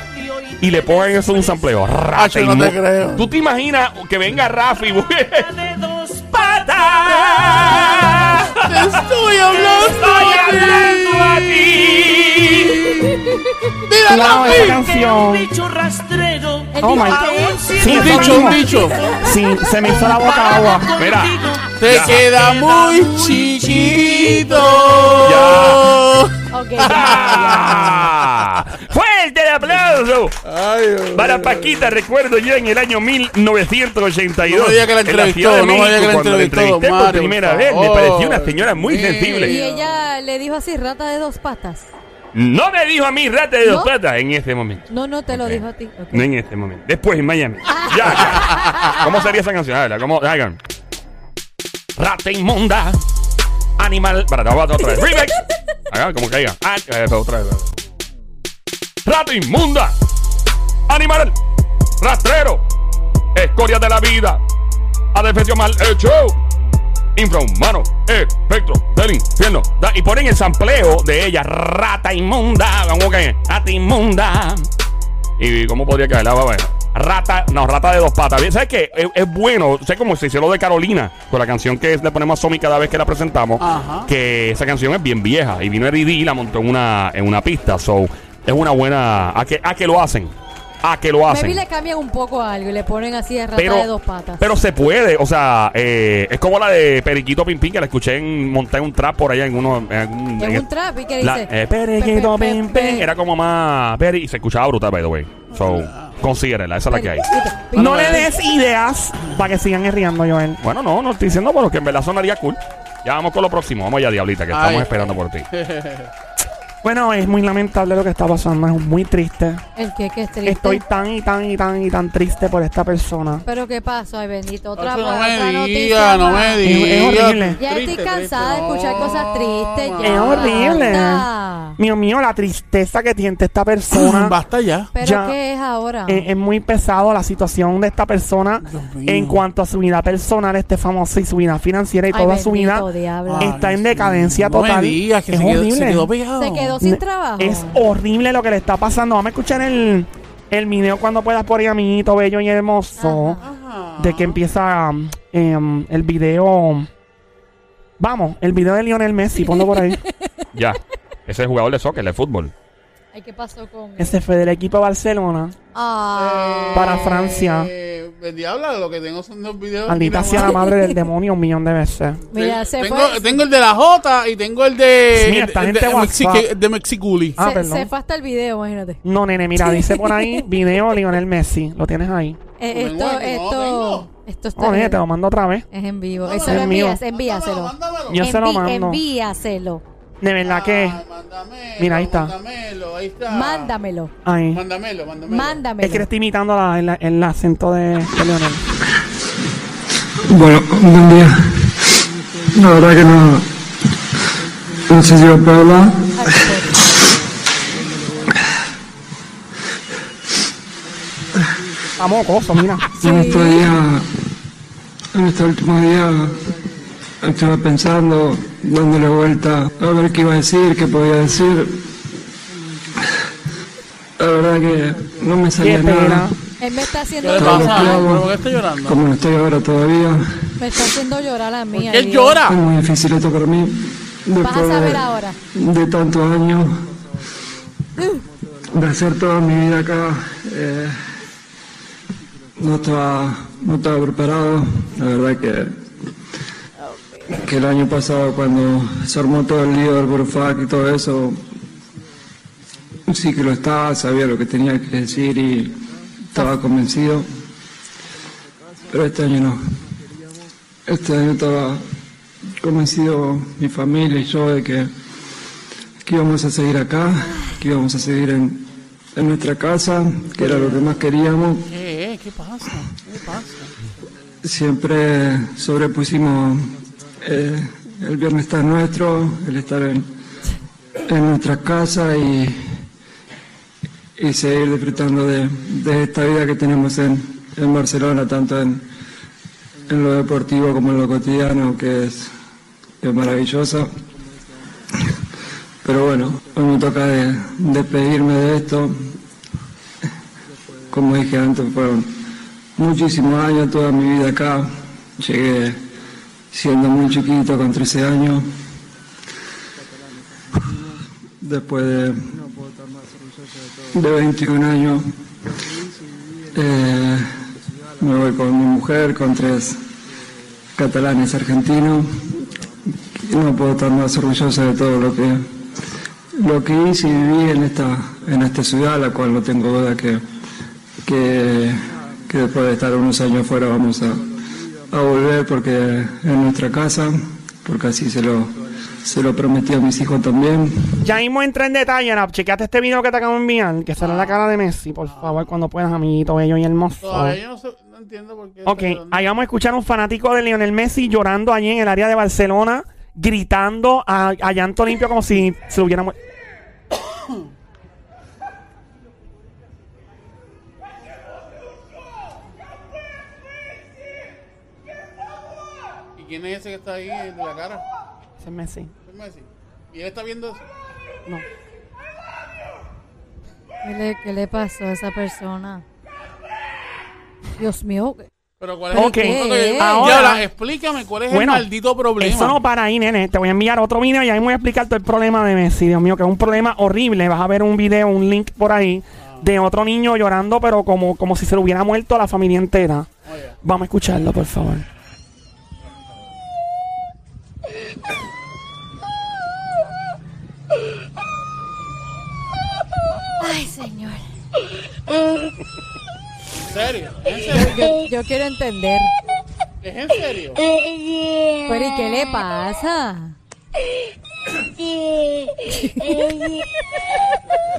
A: Y le pongan eso en un sampleo. Rata
B: Acho, no te
A: inmunda.
B: creo.
A: ¿Tú te imaginas que venga Rafi y ¡Pata!
B: te estoy hablando.
A: ¡Estoy
B: a ti.
A: hablando a ti!
B: Mira,
C: Wow,
B: Rafi.
C: esa
F: Un
C: canción.
F: bicho rastrero,
D: El
C: Oh my-
D: dijo que
F: aún
D: es-
F: siendo
B: Un bicho, un bicho.
C: Sí, se me hizo la boca agua.
A: Mira.
F: contigo,
B: Te
A: Ya.
B: queda muy chiquito.
A: Ya.
D: Ok.
A: Ah. ¡Fuerte el aplauso!
B: Ay, Dios
A: Para
B: mío.
A: Paquita, recuerdo yo en el año 1982.
B: No me diga que la
A: en Ciudad
B: entrevistó,
A: de
B: no me diga que la
A: cuando
B: entrevistó,
A: entrevisté por
B: Mario,
A: primera
B: por
A: vez, me
B: favor.
A: pareció una señora muy
B: Sí.
A: sensible.
D: Y ella le dijo así, rata de dos patas.
A: No me dijo a mí rata de dos
D: ¿No?
A: patas en este momento.
D: No, no te lo
A: Ok.
D: dijo a ti. Ok.
A: No en este momento. Después en Miami. ya. ¿Cómo sería esa canción? Habla, ¿cómo? Hagan. Rata inmunda. Animal. Para, vamos a otra vez. Remix. Hagan como caiga. Ah, eh, otra vez. Rata inmunda. Animal. Rastrero. Escoria de la vida. Adefesio mal hecho. Infrahumano. Espectro del infierno. Da- y ponen el sampleo de ella. Rata inmunda. Vamos que. Rata inmunda. ¿Y cómo podría caer la baba? Rata, no, rata de dos patas. Bien, ¿Sabes qué? Es, es bueno, sé como se hizo lo de Carolina, con la canción que le ponemos a Somi cada vez que la presentamos,
B: Ajá.
A: que esa canción es bien vieja. Y vino R.D. y la montó en una, en una pista. So, es una buena. A que, a que lo hacen. A que lo
D: Maybe
A: hacen.
D: le cambian un poco algo y le ponen así de rata de
A: Pero,
D: dos patas.
A: pero se puede, o sea, eh, es como la de Periquito Pimpín que la escuché en montar un trap por allá en uno. En, algún-
D: es
A: en-
D: un trap y que dice.
A: la- eh, Periquito Pimpín. Era como más. Peri, y se escuchaba brutal, by the way. So, considérela, esa es la que hay.
C: No le des ideas para que sigan riendo, Joel.
A: Bueno, no, no estoy diciendo pero que en verdad sonaría cool. Ya vamos con lo próximo. Vamos allá, Diablita, que estamos
B: Ay.
A: esperando por ti.
C: Bueno, es muy lamentable lo que está pasando, es muy triste.
D: El que, que es triste.
C: Estoy tan y tan y tan y tan triste por esta persona.
D: Pero qué pasó, ay bendito. Otra,
B: Ocho, no
D: otra
B: me
D: noticia
B: diga, no
D: más.
B: me
C: Es- es
B: diga.
C: horrible.
D: Ya estoy
B: Triste,
D: cansada de
B: triste.
D: escuchar
B: No,
D: cosas tristes.
B: ma.
D: ya.
C: Es horrible.
D: Basta.
C: Mío mío, la tristeza que tiene esta persona.
B: Basta ya.
D: Pero
C: Ya. eh,
D: ¿qué es ahora?
C: Es, es muy pesado la situación de esta persona
B: Dios mío.
C: en cuanto a su vida personal, este famoso, y su vida financiera y
D: Ay,
C: toda su vida.
D: bendito diablo.
C: Ah, está en decadencia
B: no
C: total.
B: Me digas que
C: Es
B: se, quedó,
C: horrible.
B: se quedó pegado.
D: Se quedó sin trabajo.
C: Es horrible lo que le está pasando. Vamos a escuchar el, el video cuando puedas por ahí, amiguito bello y
D: Ah,
C: hermoso.
D: Ajá.
C: De que empieza um, em, el video. Vamos, el video de Lionel Messi, ponlo por ahí.
A: Ya. Ese es jugador de soccer, de fútbol.
D: Ay, ¿qué pasó con él?
C: Ese fue del equipo de Barcelona.
D: Ah.
C: Para Francia.
B: Eh, eh, diabla, lo que tengo son dos videos.
C: Maldita
B: aquí
C: sea la
B: nomás.
C: madre del demonio un millón de veces.
D: Mira, se
B: Eh, tengo,
D: fue.
B: tengo el de la J y tengo el de.
C: Mira, esta
B: el de,
C: gente
B: el Mexi-
C: WhatsApp.
B: el de Mexiculi.
C: Ah,
D: se-
C: perdón.
D: se fue hasta el video, imagínate.
C: No, nene, mira, dice por ahí video Lionel Messi. Lo tienes ahí.
D: Eh,
B: Tengo
D: esto,
B: el que no
D: esto.
B: tengo.
D: Esto está
C: Oye,
D: bien.
C: te lo mando otra vez.
D: Es en vivo.
C: es
D: Eso lo
C: mío.
D: envías, envíaselo.
G: Mándamelo,
C: Yo se lo mando.
D: Envíaselo.
C: De verdad que.
D: Ah.
G: Ay, mándamelo,
C: Mira, ahí está.
G: Mándamelo, ahí
B: Ah.
G: está.
D: Mándamelo.
C: Ay.
G: Mándamelo, mándamelo.
D: Mándamelo.
C: Es que le estoy imitando la- el, el acento de, de Leonel.
H: Bueno, buen día. La verdad que no. No sé si yo puedo hablar.
D: Ay, pues,
C: Está mocoso, mira.
H: En estos días, en estos últimos días, estuve pensando, dándole vuelta a ver qué iba a decir, qué podía decir. La verdad que no me
C: Qué
H: salía
C: pena.
H: nada,
D: Él me está haciendo
B: ¿Qué le
D: llorar.
B: pasa?
H: Claro.
B: ¿Pero por qué está llorando?
H: como no estoy ahora todavía.
D: Me está haciendo llorar a mí.
B: Él
D: ahí.
B: llora.
H: Es muy difícil esto para mí.
D: Ah. Vas a
H: después
D: saber
H: de-
D: ahora.
H: de tantos años, de hacer toda mi vida acá, eh, no, estaba, no estaba preparado. La verdad que, que el año pasado cuando se armó todo el lío del Burfac y todo eso, sí que lo estaba, sabía lo que tenía que decir y estaba convencido. Pero este año no. Este año estaba convencido mi familia y yo de que que íbamos a seguir acá, que íbamos a seguir en, en nuestra casa, que era lo que más queríamos.
B: Eh, ¿Qué, ¿Qué pasa? ¿Qué pasa?
H: Siempre sobrepusimos eh, el bienestar nuestro, el estar en, en nuestra casa y, y seguir disfrutando de, de esta vida que tenemos en, en Barcelona, tanto en, en lo deportivo como en lo cotidiano, que es, que es maravillosa. Pero bueno, hoy me toca de- despedirme de esto. Como dije antes, fueron muchísimos años, toda mi vida acá. Llegué siendo muy chiquito, con 13 años. Después de, de 21 años, eh, me voy con mi mujer, con tres catalanes argentinos. Y No puedo estar más orgulloso de todo lo que lo que hice y viví en esta en esta ciudad, la cual no tengo duda que que, que después de estar unos años fuera vamos a, a volver porque es nuestra casa, porque así se lo se lo prometí a mis hijos también.
C: Ya mismo entra en detalle, Nap. Chequeate este video que te acabo de enviar. Que sale la cara de Messi, por favor, cuando puedas, amiguito bello y hermoso.
G: Todavía yo no, sé- no entiendo por qué.
C: Oh. Ok,
G: pero-
C: ahí vamos a escuchar a un fanático de Lionel Messi llorando allí en el área de Barcelona, gritando a, a llanto limpio como si se lo hubiera muerto.
G: ¿Y quién es ese que está ahí de la cara?
C: Ese es Messi.
G: Es Messi. ¿Y él está viendo eso?
C: No.
D: ¿Qué le, qué le pasó a esa persona? Dios mío.
G: Pero ¿cuál es
C: Ok,
G: el punto que-
C: ahora-
G: Diabla, explícame cuál es
C: Bueno,
G: el maldito problema.
C: Eso no para ahí, nene. Te voy a enviar otro video y ahí me voy a explicar todo el problema de Messi. Dios mío, que es un problema horrible. Vas a ver un video, un link por ahí de otro niño llorando, pero como, como si se le hubiera muerto a la familia entera. Vamos a escucharlo, por favor.
D: Ay, señor.
G: ¿En serio? ¿En serio?
D: Yo quiero entender.
G: ¿Es en serio?
D: Pero ¿y qué le pasa?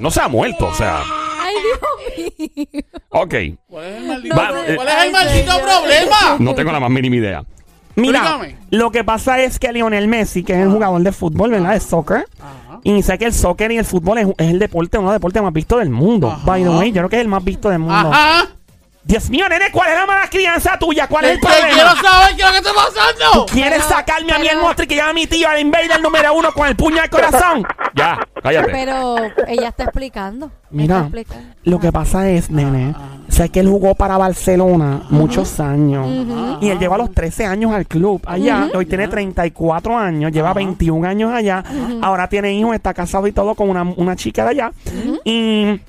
A: No se ha muerto, o sea.
D: Ay, Dios mío.
A: Ok.
G: ¿Cuál es el maldito,
D: No
A: Va-
D: sé.
A: eh,
G: ¿cuál es el
D: Ay,
G: maldito
D: señor.
G: problema?
A: No tengo la más mínima idea.
C: Mira,
G: Explícame. Ah.
C: lo que pasa es que Lionel Messi, que es el jugador de fútbol, ¿verdad? De soccer. Y sé que el soccer y el fútbol es, es el deporte, uno de los deportes más vistos del mundo. By the way, yo creo que es el más visto del mundo.
G: Ajá.
C: Dios mío, nene, ¿cuál es la mala crianza tuya? ¿Cuál es
G: Te
C: el
G: quiero
C: problema?
G: saber qué es lo que está pasando.
C: ¿Quieres
D: Pero-
C: sacarme a mí el
D: pero-
C: monstruo y que llama mi tío al invader número uno con el puño al corazón?
A: Ya, cállate.
D: Pero ella está explicando.
C: Mira,
D: Está explicando.
C: lo que pasa es, nene, sé que él jugó para Barcelona muchos años y él lleva los 13 años al club allá, hoy tiene 34 años, lleva 21 años allá, ahora tiene hijos, está casado y todo con una, una chica de allá y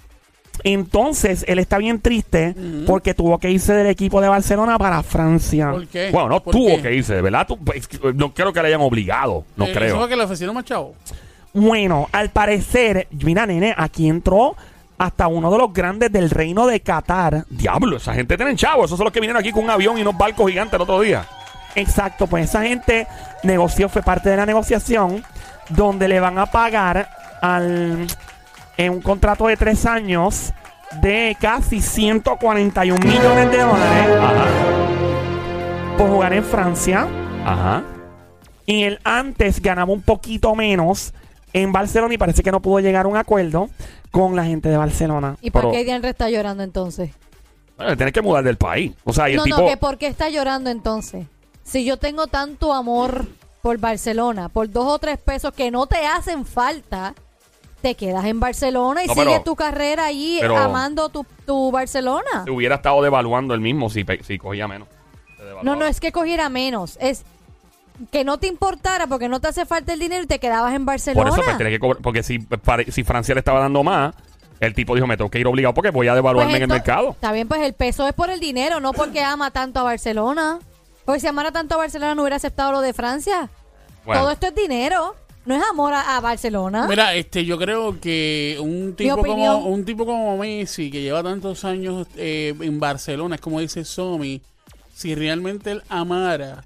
C: entonces él está bien triste porque tuvo que irse del equipo de Barcelona para Francia.
G: ¿Por qué?
A: Bueno, no
G: ¿Por
A: tuvo
G: qué?
A: que irse, ¿verdad? Tú- pues, No creo que le hayan obligado. No
G: Eh, Eso
A: creo.
G: fue que le ofrecieron más chavo.
C: Bueno, al parecer, mira, nene, aquí entró hasta uno de los grandes del reino de Qatar.
A: Diablo, esa gente tienen chavos. Esos son los que vinieron aquí con un avión y unos barcos gigantes el otro día.
C: Exacto, pues esa gente negoció, fue parte de la negociación donde le van a pagar al en un contrato de tres años de casi 141 millones de dólares
A: Ajá.
C: por jugar en Francia.
A: Ajá.
C: Y él antes ganaba un poquito menos en Barcelona y parece que no pudo llegar a un acuerdo con la gente de Barcelona.
D: ¿Y por
A: Pero-
D: qué Adrián está llorando entonces?
A: Bueno, tienes que mudar del país. O sea, y el
D: No,
A: tipo.
D: no, que por qué está llorando entonces. Si yo tengo tanto amor por Barcelona, por dos o tres pesos que no te hacen falta, te quedas en Barcelona y
A: No, pero-
D: sigues tu carrera ahí
A: pero-
D: amando tu, tu Barcelona.
A: se hubiera estado devaluando el mismo si, pe- si cogía menos. Se devaluaba.
D: No, no es que cogiera menos, es que no te importara porque no te hace falta el dinero y te quedabas en
A: Por
D: Barcelona.
A: eso pues, tenía que cobrar. Porque si, pare- si Francia le estaba dando más, el tipo dijo: Me tengo que ir obligado porque voy a
D: Pues
A: devaluarme en el
D: ento-
A: mercado.
D: Está bien, pues el peso es por el dinero, no porque ama tanto a Barcelona. Porque si amara tanto a Barcelona no hubiera aceptado lo de Francia.
A: Bueno.
D: Todo esto es dinero, no es amor a, a Barcelona.
B: Mira, este, yo creo que un tipo
D: opinión.
B: como un tipo como Messi que lleva tantos años eh, en Barcelona, es como dice Somi, si realmente él amara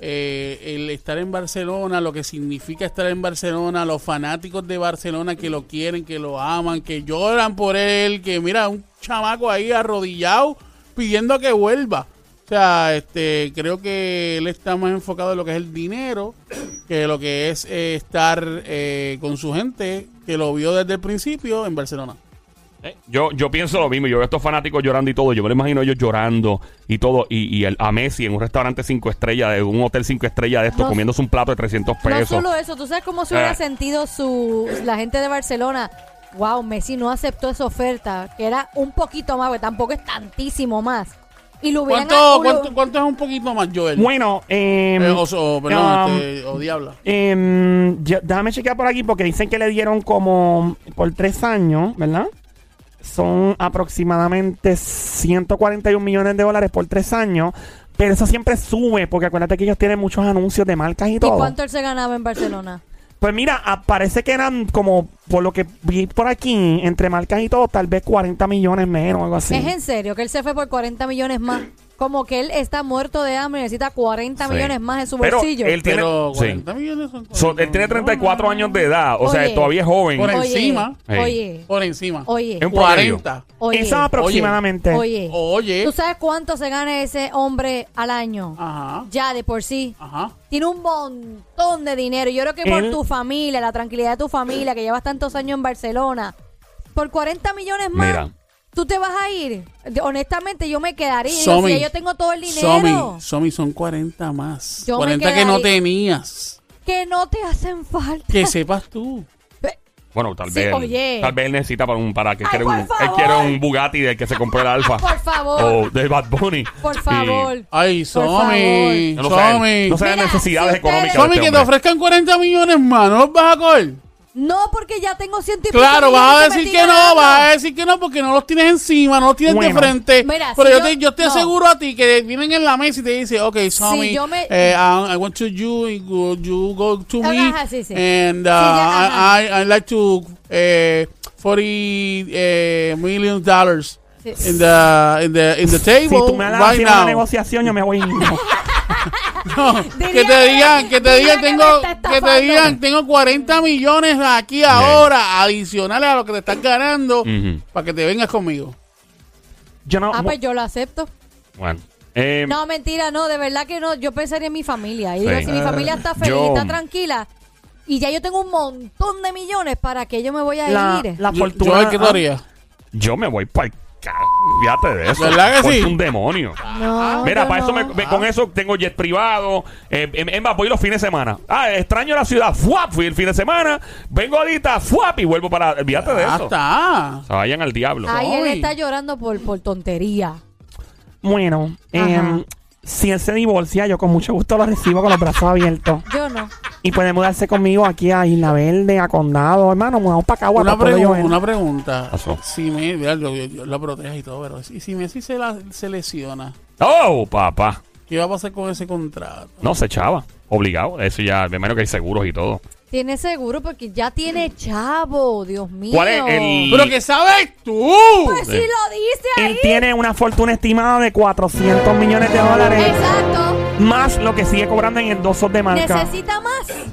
B: eh, el estar en Barcelona, lo que significa estar en Barcelona, los fanáticos de Barcelona que lo quieren, que lo aman, que lloran por él, que mira un chamaco ahí arrodillado pidiendo que vuelva. O sea, este, creo que él está más enfocado en lo que es el dinero que lo que es eh, estar eh, con su gente que lo vio desde el principio en Barcelona.
A: Eh, Yo, yo pienso lo mismo. Yo veo a estos fanáticos llorando y todo. Yo me lo imagino ellos llorando y todo. Y, y el- a Messi en un restaurante cinco estrellas, de un hotel cinco estrellas de estos,
D: No-
A: comiéndose un plato de 300
D: No
A: pesos.
D: solo eso, tú sabes cómo se hubiera
A: Eh.
D: sentido su la gente de Barcelona. Wow, Messi no aceptó esa oferta, que era un poquito más, porque tampoco es tantísimo más. Y lo hubieran
B: ¿Cuánto,
D: lo-
B: cuánto, cuánto es un poquito más, Joel?
C: Bueno, eh,
B: Eh, o, o- perdón,
C: um,
B: este, o Diabla.
C: em, yo- déjame chequear por aquí porque dicen que le dieron como por tres años, ¿verdad? Son aproximadamente 141 millones de dólares por tres años. Pero eso siempre sube porque acuérdate que ellos tienen muchos anuncios de marcas y
D: ¿Y
C: todo.
D: cuánto él se ganaba en Barcelona?
C: Pues mira, ah, parece que eran como, por lo que vi por aquí, entre marcas y todo, tal vez 40 millones menos, algo así.
D: Es en serio, que él se fue por 40 millones más. Como que él está muerto de hambre y necesita 40
A: Sí.
D: millones más en su
A: Pero
D: bolsillo.
A: él tiene,
B: Pero
A: sí.
B: 40 millones son
A: So, él
B: 40
A: tiene 34
B: millones.
A: años de edad. O sea,
D: Oye.
A: todavía es joven.
B: Por
D: Oye,
B: encima.
A: Ey.
D: Oye,
B: Por encima.
D: oye,
A: Es un promedio.
B: 40.
D: oye,
C: Eso aproximadamente.
D: oye.
B: Oye.
D: ¿Tú sabes cuánto se gana ese hombre al
B: Ah.
D: año?
B: Ajá.
D: Ya de por sí.
B: Ajá.
D: Tiene un montón de dinero. Yo creo que por
C: Él-
D: tu familia, la tranquilidad de tu familia, que llevas tantos años en Barcelona, por 40 millones más,
A: Mira.
D: tú te vas a ir. De- Honestamente, yo me quedaría. Y digo,
B: Somi,
D: si ya yo tengo todo el dinero,
B: Somi, Somi, son 40 más.
D: Yo me
B: 40 que
D: quedaría-
B: no tenías.
D: que no te hacen falta.
B: Que sepas tú.
D: Pe-
A: Bueno, tal
D: Sí,
A: vez. él-
D: oye.
A: Tal vez él necesita para un. Para que
D: Ay,
A: quiere
D: por
A: un, él
D: favor.
A: quiere un Bugatti del que se compró el Alfa.
D: Por favor.
A: O del Bad Bunny.
D: Por
A: Y-
D: favor.
B: Ay, Somi.
A: Yo no sé,
B: Somi.
A: no sé las
D: Mira,
A: necesidades
D: si
A: económicas. de
D: ustedes-
A: este
B: Somi, que te
A: hombre.
B: ofrezcan 40 millones más. No los vas a coger.
D: No, porque ya tengo ciento y pico
B: Claro, vas a
D: millones
B: decir
D: me
B: que
D: estoy
B: no,
D: ganando.
B: vas a decir que no porque no los tienes encima, no los tienes
C: Bueno.
B: de frente.
D: Mira,
B: pero
D: si
B: yo,
D: yo-
B: te, yo te
D: no.
B: aseguro a ti que vienen en la mesa y te dicen, ok, Sammy,
D: yo me-
B: eh, I, I want to you, you go- you go to
D: Ajá,
B: me,
D: ajá, sí, sí.
B: and uh,
D: Sí, ya,
B: I, I, I like to eh, 40 eh, million dollars
D: Sí.
B: in the in the in the table
C: si tú me das
B: right
C: así una
B: now.
C: negociación, yo me voy.
B: No,
D: Diría
B: que te
D: que-
B: digan, que te
D: diría
B: digan,
D: que
B: tengo,
D: me está
B: que te
D: estafando.
B: digan, tengo 40 millones aquí ahora, adicionales a lo que te estás ganando,
A: Ujú.
B: para que te vengas conmigo.
C: Yo no.
D: Ah, pues yo lo acepto.
A: Bueno. Eh,
D: No, mentira, no, de verdad que no. Yo pensaría en mi familia. Y digo,
A: Sí.
D: si mi familia está feliz,
A: Yo-
D: está tranquila, y ya yo tengo un montón de millones, ¿para que yo me voy a
C: la,
D: ir?
C: la
B: Yo,
C: fortuna.
B: yo, ¿qué
D: Ah.
B: tú harías?
A: Yo me voy para el ca- Fíjate de eso.
B: ¿Verdad que
A: Porque
B: sí?
A: un demonio.
C: Ah,
D: No,
A: Mira,
D: yo
A: para
D: no.
A: eso me, me- con eso tengo jet privado. Eh, em- Emma, voy los fines de semana. Ah, extraño la ciudad. Fuap, fui el fin de semana. Vengo ahorita, fuap, y vuelvo para. Fíjate de
B: Ah,
A: eso.
B: está.
A: Se vayan al diablo.
D: Ahí él
B: Ay.
D: está llorando por, por tontería.
C: Bueno,
D: Ajá.
C: eh, si él se divorcia, yo con mucho gusto lo recibo con los brazos abiertos.
D: Yo no.
C: Y puede mudarse conmigo aquí a Isla Verde, a Condado. Hermano, mudamos para acá,
B: Una,
C: para todo
B: pregu-
C: Joel.
B: una pregunta.
A: Pasó.
B: Si me, mira, yo, yo- yo la protejo y todo, pero si, si Messi se, la- se lesiona,
A: ¡Oh, papá!
B: ¿Qué va a pasar con ese contrato?
A: No, se echaba. Obligado. Eso ya, me imagino que hay seguros y todo.
D: Tiene seguro porque ya tiene chavo, Dios mío.
A: ¿Cuál es el- Eh.
B: ¡Pero que sabes tú!
D: Pues si lo dice ahí.
C: Él tiene una fortuna estimada de 400 millones de dólares,
D: Exacto.
C: más lo que sigue cobrando en endosos de marca.
D: Necesita más.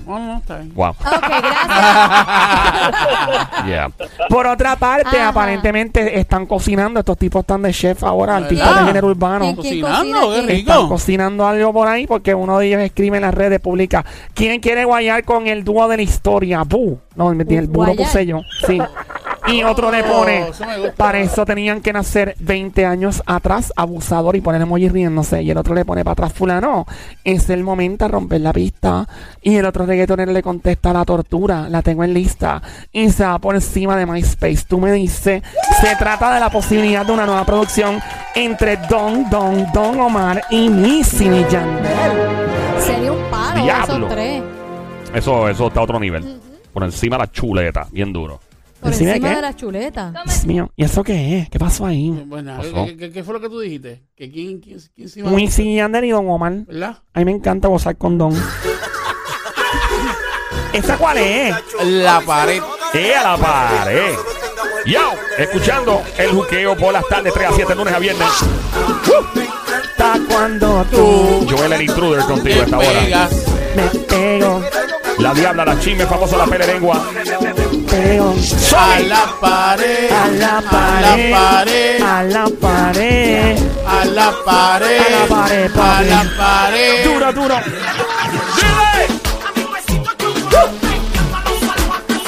B: No, no, está bien.
A: Wow.
D: Ok, gracias.
A: Yeah.
C: Por otra parte,
D: Ajá.
C: aparentemente están cocinando. Estos tipos están de chef ahora,
B: ¿Verdad?
C: artistas de género urbano.
D: ¿Quién
B: Cocinando,
D: cocina
B: qué
D: aquí?
C: Están
B: rico.
C: cocinando algo por ahí porque uno de ellos escribe en las redes públicas. ¿Quién quiere guayar con el dúo de la historia? Bu. No, me el bu lo
D: Guayar.
C: puse yo. Sí. Y otro le
B: Oh,
C: pone.
B: eso me gusta.
C: Para eso tenían que nacer 20 años atrás, abusador, y poner emoji riéndose. Y el otro le pone para atrás, fulano. Es el momento a romper la pista. Y el otro reggaetonero le contesta la tortura. La tengo en lista. Y se va por encima de MySpace. Tú me dices, se trata de la posibilidad de una nueva producción entre Don, Don, Don Omar y Missy Yandel.
D: Sería un paro
A: Diablo.
D: esos tres.
A: Eso, eso está a otro nivel. Por encima de la chuleta, bien duro.
D: Por
C: ¿Encima de
D: encima
C: qué?
D: de las chuletas.
C: Dios mío, ¿y eso qué es? ¿Qué pasó ahí?
B: Bueno,
A: Pasó.
B: Pues ¿qué, qué, qué fue lo que tú dijiste? ¿Que quién, quién, quién se iba a-
C: Missy Yandel y Don Omar.
B: ¿Verdad?
C: A mí me encanta gozar con Don. ¿Esa cuál es?
I: La pared.
A: ¡Eh, a la pared! Yo, escuchando el juqueo por las tardes, 3 a 7, lunes a viernes.
C: Está cuando tú
A: Joel el intruder
B: Te
A: contigo a esta hora.
B: pegas.
C: me pego,
A: La diabla, la chisme famosa, la pele lengua.
C: pego
B: A la pared.
C: a la pared, a
B: A
C: la pared,
B: la pared.
C: A la pared,
B: A
C: papi.
B: la pared.
C: duro, duro.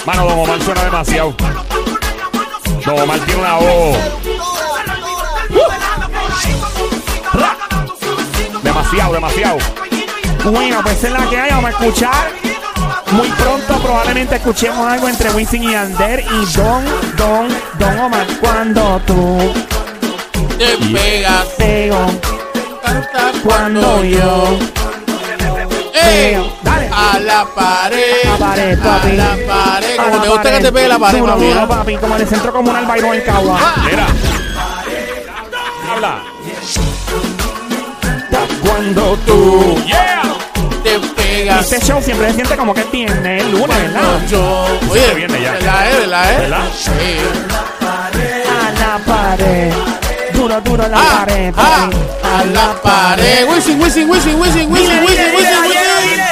A: Mano, Don Omar suena demasiado. Don Omar tiene una Uh. voz demasiado, demasiado.
C: Bueno, pues es la que hay, vamos a escuchar. Muy pronto probablemente escuchemos algo entre Wisin y Ander y Don, Don, Don Omar. Cuando tú
B: Te pegas.
C: pego,
B: Canta
C: cuando yo
B: ¡Ey!
C: pego. Dale.
B: A la pared.
C: A la pared,
B: A
C: papi.
B: la pared.
C: A
B: Como
C: la
B: te gusta
C: pared.
B: que te pegue la pared,
C: Duro,
B: mami.
C: duro,
B: ¿eh?
C: papi, como en el centro comunal Bayrón en Cagua.
A: Mira. Habla.
C: Cuando tú.
A: Yeah.
B: Te pegas.
C: Este show siempre se siente como que tiene el lunes, ¿verdad?
B: Cuando yo. Oye,
A: Se viene ya.
B: ¿verdad, eh? ¿Verdad, eh?
A: ¿Verdad?
B: Sí.
C: A la pared. Duro, duro la
B: Ah,
C: pared.
B: ah,
C: papi.
B: a la pared. Wisin, Wisin, Wisin, Wisin, Wisin, Wisin, Wisin, Wisin.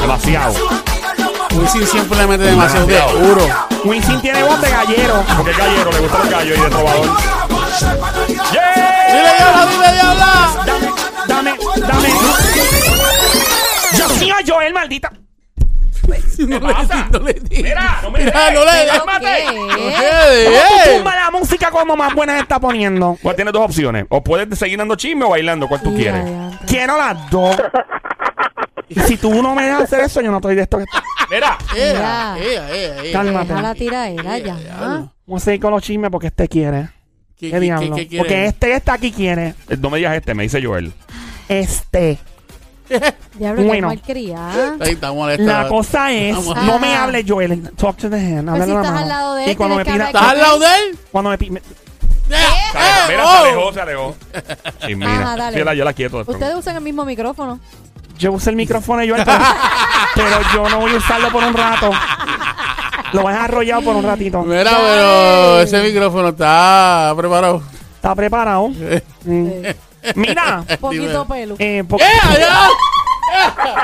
A: Demasiado.
B: Wisin siempre le mete demasiado de
A: Demasiado.
B: duro.
C: Wisin tiene voz de gallero.
A: Porque es gallero, le gusta el gallo y de trovador.
B: ¡Dile
A: Yeah.
B: diabla, dile diabla!
C: Dame, dame, dame. Dios mío, Joel, maldita.
B: No le, no le di.
A: Mira, no me
B: Mira,
A: des.
B: no le
D: ¿Pero
B: di.
D: qué?
C: Tú
B: ¡Eh!
C: tumba la música como más buena está poniendo.
A: Pues tienes dos opciones. O puedes seguir dando chisme o bailando, cual tú
D: Ya,
A: quieres.
D: ya.
C: Quiero las dos. Y si tú no me dejas hacer eso, yo no estoy de esto que está.
A: Mira.
B: ¡Ea, ea, ea, ea!
C: Cálmate.
D: Deja la tiraera ya.
C: Vamos a seguir con los chismes porque este quiere.
B: ¿Qué,
C: ¿Qué,
B: qué,
C: diablo?
B: qué- qué
C: porque
B: quiere?
C: este que está aquí quiere.
A: Eh, No me digas este, me dice Joel.
C: Este.
D: Diablo, qué
C: Bueno.
D: malcriada.
B: Ahí está molesta.
C: La cosa es,
B: Vamos.
C: no me hable Joel, talk to the hand, háblale
D: Pues si
C: a la
D: estás
C: mano.
D: al lado de él,
C: y cuando me
D: tienes que
C: pida,
D: hablar
B: ¿Estás al lado de él? Eh, oh.
C: cuando me, pi- me-
A: Se alejó, Mira, se alejó, se alejó.
D: Ajá,
A: Chismina.
D: dale.
A: Sí, la- yo la quieto.
D: Ustedes usan el mismo micrófono.
C: yo uso el micrófono y Joel, pero, pero yo no voy a usarlo por un rato. Lo vas a arrollar por un ratito.
B: Mira, pero ese micrófono está preparado.
C: ¿Está preparado? Mm. Mira,
D: Poquito pelo.
C: eh, porque
B: ¡Ea, ya!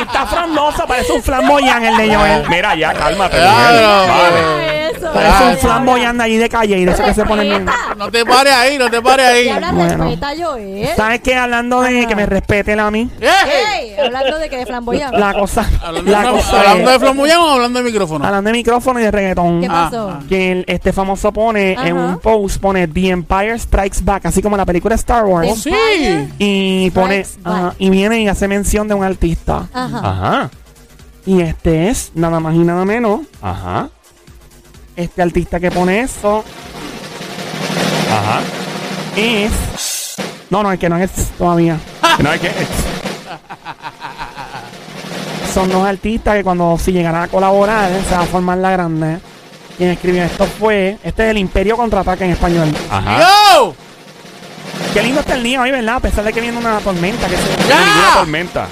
C: está frondoso, parece un flamboyán el de Joel.
A: Mira, ya, cálmate.
B: Ya,
A: Joel.
B: no,
A: Vale.
D: Ah, Eso.
C: Parece un
B: ya.
C: flamboyán de allí de calle y de eso que se pone bien.
B: No te pares ahí, no te pares ahí.
D: Diabla,
C: Bueno.
D: respeta a Joel.
C: ¿Sabes qué? Hablando de que me respeten a mí,
B: ¡Eh!
D: Ey, hablando de que de flamboyante.
C: la cosa,
B: Hablando de
C: la
B: flam-
C: cosa
B: ¿Hablando
C: es-
B: de flamboyán o hablando de micrófono?
C: hablando de micrófono y de reggaetón.
D: ¿Qué pasó?
B: ah.
C: que el- este famoso pone
D: Ajá.
C: en un post, pone The Empire Strikes Back, así como la película Star Wars.
B: ¡Oh, sí!
C: Y pone,
D: Strikes
C: ajá,
D: Back.
C: y viene y hace mención de un artista.
D: Ajá.
A: Ajá.
C: Y este es, nada más y nada menos,
A: Ajá.
C: este artista que pone eso
A: Ajá.
C: es... No, no, el que no es todavía.
A: No hay que.
C: son dos artistas que cuando si llegaran a colaborar eh, se va a formar la grande. Quien escribió esto fue, este es el Imperio Contraataque en español. Ah,
A: Ajá.
G: ¡Yo!
C: Qué lindo está el niño hoy, ¿verdad? A pesar de que viene una tormenta. Que se...
G: ¡Ya!
B: Ah.
A: Ninguna tormenta.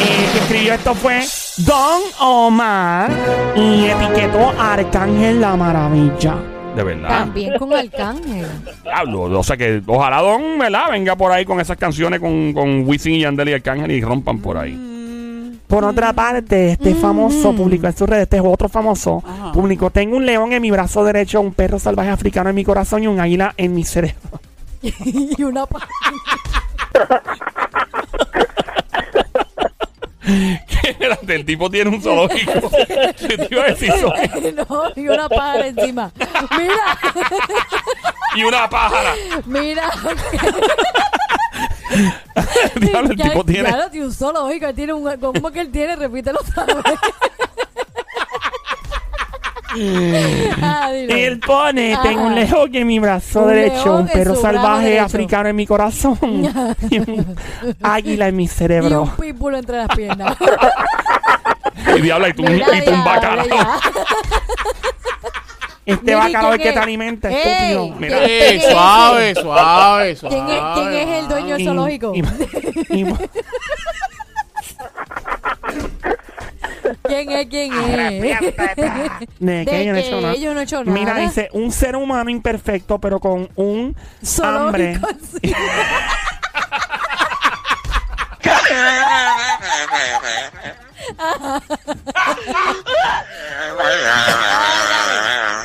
C: Eh, que escribió esto fue Don Omar y etiquetó a Arcángel la Maravilla.
A: De verdad.
D: También con Arcángel.
A: Diablo. O sea que ojalá Don, ¿verdad? Venga por ahí con esas canciones con, con Wisin y Yandel y Arcángel y rompan por ahí.
C: Por otra parte, este
D: Mm.
C: famoso publicó en sus redes, este es otro famoso, publicó, tengo un león en mi brazo derecho, un perro salvaje africano en mi corazón y un águila en mi cerebro.
D: y una pa-
A: Espérate, el tipo tiene un zoológico. Yo te iba a decir zoológico.
D: no, y una pájara encima. Mira,
A: Y una pájara.
D: mira.
A: Diablo, el
D: Ya-
A: tipo tiene.
D: Ya no tiene un solo oiga, él tiene un. ¿Cómo que él tiene? Repítelo otra vez. Ah, dilo.
C: Él pone,
D: Ajá.
C: tengo un león en mi brazo
D: Un
C: derecho, un
D: león en
C: perro
D: su brazo
C: salvaje
D: derecho.
C: africano en mi corazón y un águila en mi
D: y
C: cerebro.
D: un pitbull entre las piernas.
A: Y diablo, y tú,
D: Mira,
A: y tú un
D: ya,
A: bacalao.
D: ya.
C: Este
D: Mira, ¿y
C: bacalao es
D: quién
C: que te
D: es?
C: alimenta,
D: Ey,
C: estúpido.
D: ¿quién-
A: Mira.
D: quién
G: ¡Ey,
D: es ese?
G: suave, suave, suave!
D: ¿Quién es, quién es el dueño del
C: Y-
D: zoológico?
C: y- y-
D: ¿Quién es? ¿Quién es?
C: de que yo no he hecho nada.
D: ellos no han hecho nada.
C: Mira, dice, un ser humano imperfecto, pero con un hambre.
D: Zoológico. sí.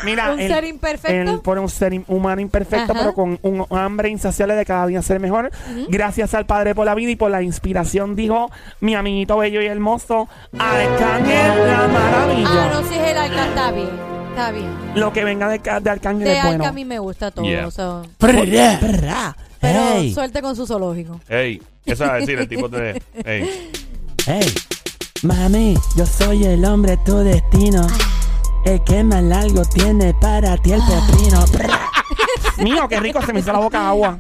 C: Mira,
D: ¿Un
C: el-
D: ser imperfecto?
C: el- por un ser im- humano imperfecto,
D: Ajá.
C: pero con un hambre insaciable de cada día ser mejor. Gracias al Padre por la vida y por la inspiración, dijo mi amiguito bello y hermoso, Arcángel la
D: Ah,
C: Maravilla.
D: no, si es el alcalde, está bien. Está bien.
C: Lo que venga de, ca- de Arcángel
D: De
C: es
D: alca
C: bueno.
D: a mí me gusta todo.
A: Yeah.
D: o sea,
G: Prrra.
D: pero
B: Hey,
D: suerte con su zoológico.
A: Ey, eso es decir, el tipo de. Ey.
B: hey. Mami, yo soy el hombre tu destino. El que más largo tiene para ti el pepino.
C: Mío, qué rico, se me hizo la boca agua.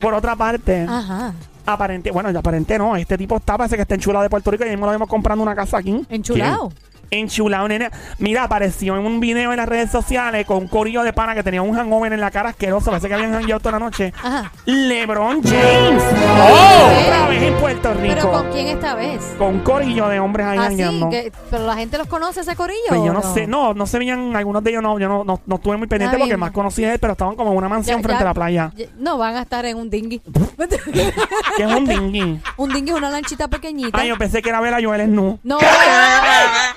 C: Por otra parte,
D: Ajá.
C: aparente, bueno, ya aparente no, este tipo está, parece que está enchulado de Puerto Rico y mismo lo vemos comprando una casa aquí.
D: Enchulado.
C: Enchulado, nene. Mira, apareció en un video en las redes sociales con un corillo de pana que tenía un hangover en la cara asqueroso. Parece que habían hangueado toda la noche.
D: Ajá.
C: LeBron James.
G: Oh.
A: Oh,
C: Otra vez en Puerto
D: Pero
C: Rico.
D: con quién esta vez?
C: Con un corillo de hombres ahí
D: Así
C: hangueando.
D: que, pero la gente los conoce ese corillo.
C: Pues yo
D: ¿o
C: no, sé, no, no se veían, algunos de ellos no, yo no, no, no estuve muy pendiente
D: Está
C: porque
D: bien.
C: más conocí a él, pero estaban como en una
D: Ya-
C: mansión frente
D: ya-
C: a la playa.
D: ya- no, van a estar en un dinghy.
C: que es un dinghy.
D: un dinghy es una lanchita pequeñita.
C: Ay, yo pensé que era ver a Joel Snu.
D: no.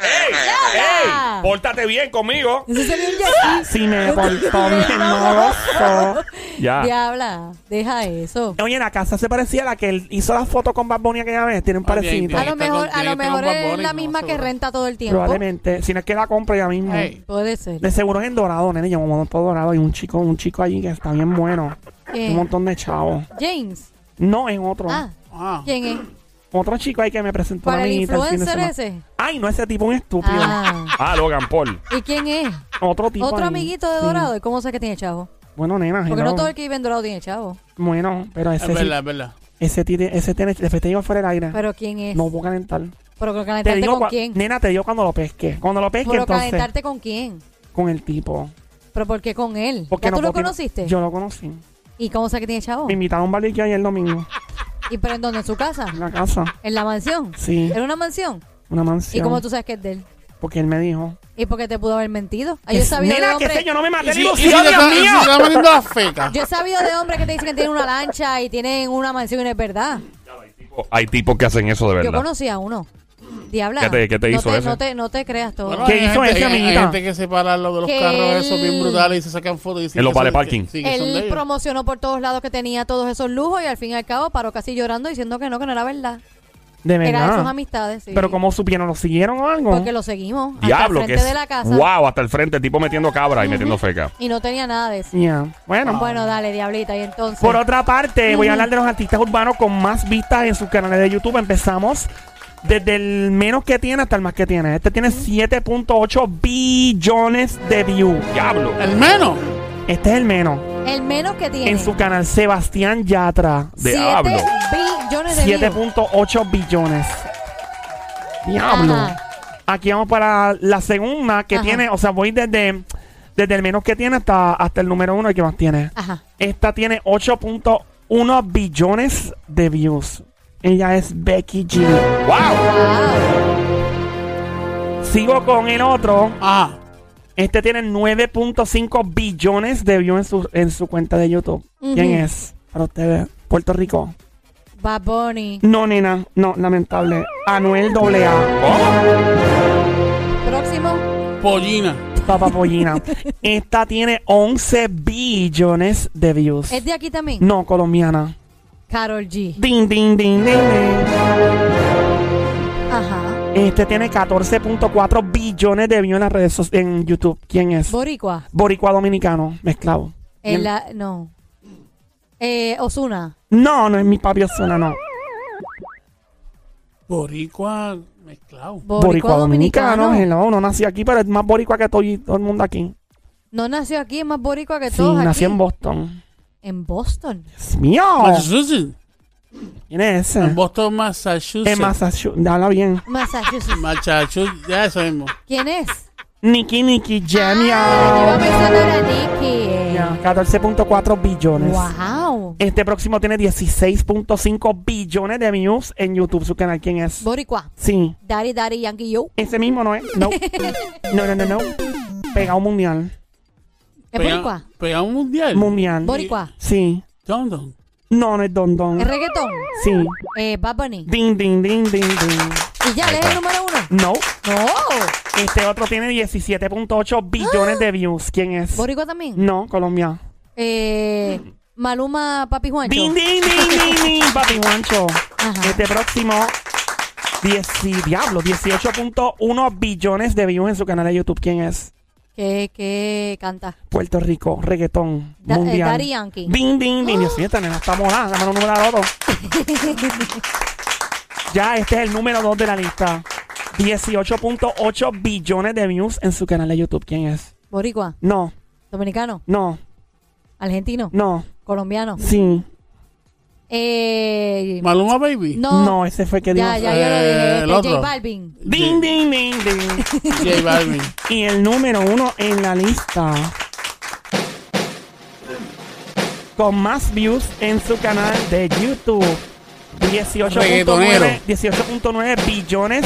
A: ¡Ey!
D: Ya.
A: ¡Ey! ¡Pórtate bien conmigo!
D: Ese sería un jet ski.
C: Si me portó bien moroso.
A: Ya.
D: Diabla, deja eso.
C: Oye, la casa se parecía a la que él hizo la foto con Bad Bunny aquella vez. Tienen
G: Ah, bien,
C: parecido.
D: A
G: bien.
D: lo
G: está
D: mejor,
G: con-
D: a
G: tiene
D: lo
G: que estar
D: mejor
G: con Bad
D: es
G: Bunny,
D: la
G: ¿no?
D: misma que
G: Seguro.
D: renta todo el tiempo.
C: Probablemente. Si no es que la compre ya mismo.
G: Ey.
D: Puede ser.
C: De seguro es en Dorado, nene. Llevamos todo Dorado. Y un chico, un chico allí que está bien bueno.
D: Eh,
C: Un montón de chavos.
D: James.
C: No, en otro.
D: Ah,
G: Ah.
D: ¿quién es?
C: Otro chico ahí que me presentó una
D: ¿Para el
C: amiguita el fin de
D: influencer
C: semana.
D: ese?
C: Ay, no, ese tipo un estúpido.
D: Ah.
A: Ah, Logan Paul.
D: ¿Y quién es?
C: Otro tipo.
D: Otro
C: ahí.
D: amiguito de
C: Sí.
D: Dorado. ¿Y cómo sé que tiene chavo?
C: Bueno, nena.
D: Porque
C: hello.
D: no todo el que vive en Dorado tiene chavo.
C: Bueno, pero
G: Es
C: ese sí-
G: verdad, es verdad.
C: ese tiene, ese tiene, después te digo fuera del aire.
D: Pero ¿quién es?
C: Eh. no puedo calentar.
D: Pero que
C: Te
D: calentarte
C: digo,
D: con
C: cua-
D: quién.
C: nena, te digo cuando lo pesque. Cuando lo pesque,
D: Pero
C: entonces,
D: calentarte con quién.
C: con el tipo.
D: Pero ¿por qué con él?
C: Porque
D: ¿Ya
C: no
D: tú lo
C: puedo-
D: conociste? Oh.
C: Yo lo conocí.
D: ¿Y cómo sé que tiene chavo?
C: Me invitaron a un barbecue ayer el domingo.
D: ¿Y pero en dónde? ¿En su casa?
C: En la casa.
D: ¿En la mansión?
C: Sí,
D: ¿Era una mansión?
C: una
D: ¿Y
C: mansión.
D: cómo tú sabes que es de él?
C: Porque él me dijo.
D: ¿Y por qué te pudo haber mentido? Ah, Yo he sabido de
C: Nena, que
D: hombres-
C: sé, yo no me maté la
G: si- si
C: ilusión,
G: te
C: Dios
G: está- si te
C: mío.
G: está metiendo la feca.
D: Yo he sabido de hombres que te dicen que tienen una lancha y tienen una mansión y no es verdad.
A: Hay tipos que hacen eso de
D: Yo
A: verdad.
D: conocí a uno. Diabla.
A: ¿Qué te- qué te
D: no
A: hizo
D: te,
A: ese?
D: No te, no te creas todo.
G: Bueno,
C: ¿Qué
G: hay
C: hizo
G: gente-
C: ese,
G: hay-
C: amiguita?
G: Hay gente que se para al lado de los
D: Que
G: carros esos bien
D: él-
G: brutales y se sacan fotos y dicen
A: En los
G: que son-
A: vale parking.
G: que- sí, que son de
D: Él
G: ellos.
D: promocionó por todos lados que tenía todos esos lujos y al fin y al cabo paró casi llorando diciendo que no, que no era verdad.
C: De
D: Era de sus
C: verdad.
D: amistades. sí.
C: Pero cómo supieron, ¿lo siguieron o algo?
D: Porque lo seguimos. hasta
A: Diablo,
D: el
A: que
D: frente
A: es.
D: de la casa.
A: Wow, hasta el frente, el tipo metiendo cabra y metiendo feca.
D: Y no tenía nada de eso.
C: Yeah. Bueno.
D: Bueno, dale, diablita. Y entonces.
C: Por otra parte, voy a hablar de los artistas urbanos con más vistas en sus canales de YouTube. Empezamos desde el menos que tiene hasta el más que tiene. Este tiene 7.8 billones de views.
A: Diablo.
G: El menos.
C: Este es el menos.
D: el menos que tiene.
C: En su canal, Sebastián Yatra.
D: siete
A: Diablo.
D: billones de views.
C: 7.8 billones. Diablo.
D: Ajá.
C: Aquí vamos para la segunda que
D: Ajá.
C: tiene, o sea, voy desde, desde el menos que tiene hasta, hasta el número uno que más tiene.
D: Ajá.
C: Esta tiene 8.1 billones de views. Ella es Becky G.
A: ¡Wow!
D: Wow.
C: Sigo con el otro.
G: Ah,
C: Este tiene 9.5 billones de views en su, en su cuenta de YouTube. ¿Quién
D: Ujú.
C: es? Para ustedes, Puerto Rico.
D: Bad Bunny.
C: No, nena, no, lamentable. Anuel AA,
A: ¿Cómo?
D: Próximo.
G: pollina.
C: Papá Pollina. Esta tiene 11 billones de views.
D: ¿Es de aquí también?
C: No, colombiana.
D: Carol G.
C: Din, din, din, din, din.
D: Ajá.
C: Este tiene 14.4 billones de views en las redes so- en YouTube. ¿Quién es?
D: Boricua.
C: Boricua dominicano, mezclado.
D: En la, no. Eh, Osuna.
C: No, no es mi papi Osuna, no.
G: Boricua mezclado.
D: Boricua, dominicano.
C: hello, no nací aquí, pero es más boricua que todo, y- todo el mundo aquí.
D: No nació aquí, es más boricua que
C: Sí,
D: todos.
C: nací
D: aquí.
C: en Boston.
D: En Boston.
C: Dios mío.
G: Massachusetts.
C: ¿Quién es ese?
G: Pues, En Boston, Massachusetts.
C: En Massachusetts. Habla bien.
D: Massachusetts.
G: Massachusetts. Ya eso mismo.
D: ¿Quién es?
C: Nikki, Nikki,
D: Ah, Iba a
C: Jamia.
D: mencionar a Nicky. eh.
C: 14.4 billones.
D: Wow.
C: Este próximo tiene 16.5 billones de views en YouTube. Su canal, ¿quién es?
D: Boricua.
C: Sí.
D: Daddy, Daddy, Yankee, yo.
C: Ese mismo no es. No. No, no, no, no. Pegado mundial. Pues
D: ¿Es boricua?
G: Pega un mundial.
C: Mundial.
D: Boricua.
C: Sí.
G: Don, don.
C: No, no es Don Don.
D: ¿Es reggaetón?
C: Sí.
D: Eh, Bad Bunny.
C: Ding, ding, ding, ding, ding.
D: Y ya, le es el número uno.
C: No.
D: No.
C: Este otro tiene 17.8 billones de views. ¿Quién es?
D: Boricua también.
C: No, Colombia.
D: Eh, Maluma, Papi Juancho.
C: Ding, ding, ding, ding, ding, papi Juancho.
D: Ajá.
C: Este próximo, 10, sí, diablo, 18.1 billones de views en su canal de YouTube. ¿Quién es?
D: Que, que canta.
C: Puerto Rico, reggaetón,
D: Da- eh,
C: mundial.
D: Daddy Yankee. Oh.
C: Ding, ding, ding. Dios mío, esta nena está morada. Dame un número al otro. ya, este es el número 2 de la lista. 18.8 billones de views en su canal de YouTube. ¿Quién es?
D: Boricua.
C: No,
D: Dominicano.
C: no,
D: Argentino.
C: no.
D: Colombiano.
C: Sí.
D: Eh,
G: Maluma Baby.
D: no.
C: No, ese fue que
D: Ya,
C: Dios.
D: ya, yo lo dije.
G: Eh,
D: Este,
G: el
D: J
G: otro.
D: Balvin.
C: Ding, ding, ding, ding.
G: J Balvin.
C: Y el número uno en la lista. Con más views en su canal de YouTube. 18.9
G: Reggaetonero.
C: 18.9 billones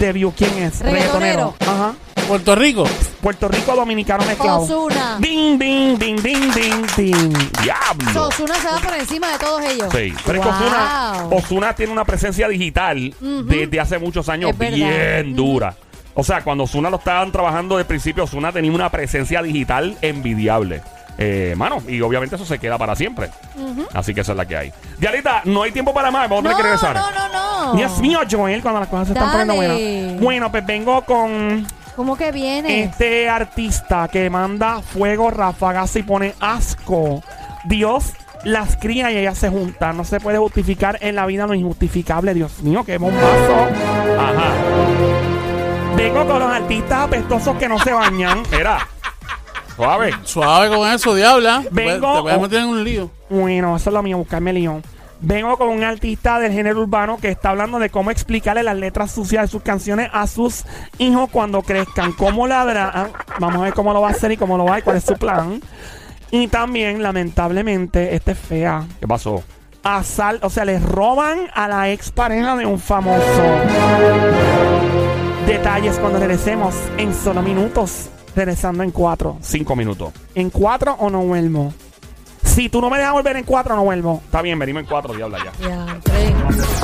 C: de views. ¿Quién es?
D: Reggaetonero.
C: Ajá.
G: Puerto Rico.
C: Puerto Rico dominicano mezclado.
D: Osuna.
C: Ding, ding, ding, ding, ding, ding.
A: ¡Diablo!
D: Osuna se va por encima de todos ellos.
A: Sí, pero es que Ozuna-
D: Wow.
A: Ozuna tiene una presencia digital desde hace muchos años
D: Es verdad.
A: bien dura. O sea, cuando Ozuna lo estaban trabajando de principio, Ozuna tenía una presencia digital envidiable. Eh, mano, y obviamente eso se queda para siempre. Así que esa es la que hay. Yarita, no hay tiempo para más, vamos a tener
D: No,
A: que regresar.
D: no, no, no.
C: Dios mío, Joel, cuando las cosas se están
D: Dale.
C: poniendo buenas. Bueno, pues vengo con
D: ¿Cómo que viene?
C: Este artista que manda fuego, ráfagas y pone asco. Dios las cría y ellas se juntan. No se puede justificar en la vida lo injustificable. Dios mío, qué bombazo.
A: Ajá.
C: Vengo con los artistas apestosos que no se bañan.
A: Mira. Suave.
G: Suave con eso, diabla. Te puedes-
C: Vengo-
G: Te voy a meter en un lío.
C: Bueno, eso es lo mío, buscarme león. Vengo con un artista del género urbano que está hablando de cómo explicarle las letras sucias de sus canciones a sus hijos cuando crezcan. Cómo ladrán. Vamos a ver cómo lo va a hacer y cómo lo va a cuál es su plan. Y también, lamentablemente, este es fea.
A: ¿Qué pasó?
C: Asal, o sea, les roban a la expareja de un famoso. Detalles cuando regresemos en solo minutos. Regresando en cuatro.
A: Cinco minutos.
C: ¿En cuatro o no vuelvo? Si tú no me dejas volver en cuatro, no vuelvo.
A: Está bien, venimos en cuatro, diabla ya.
D: Ya, tres.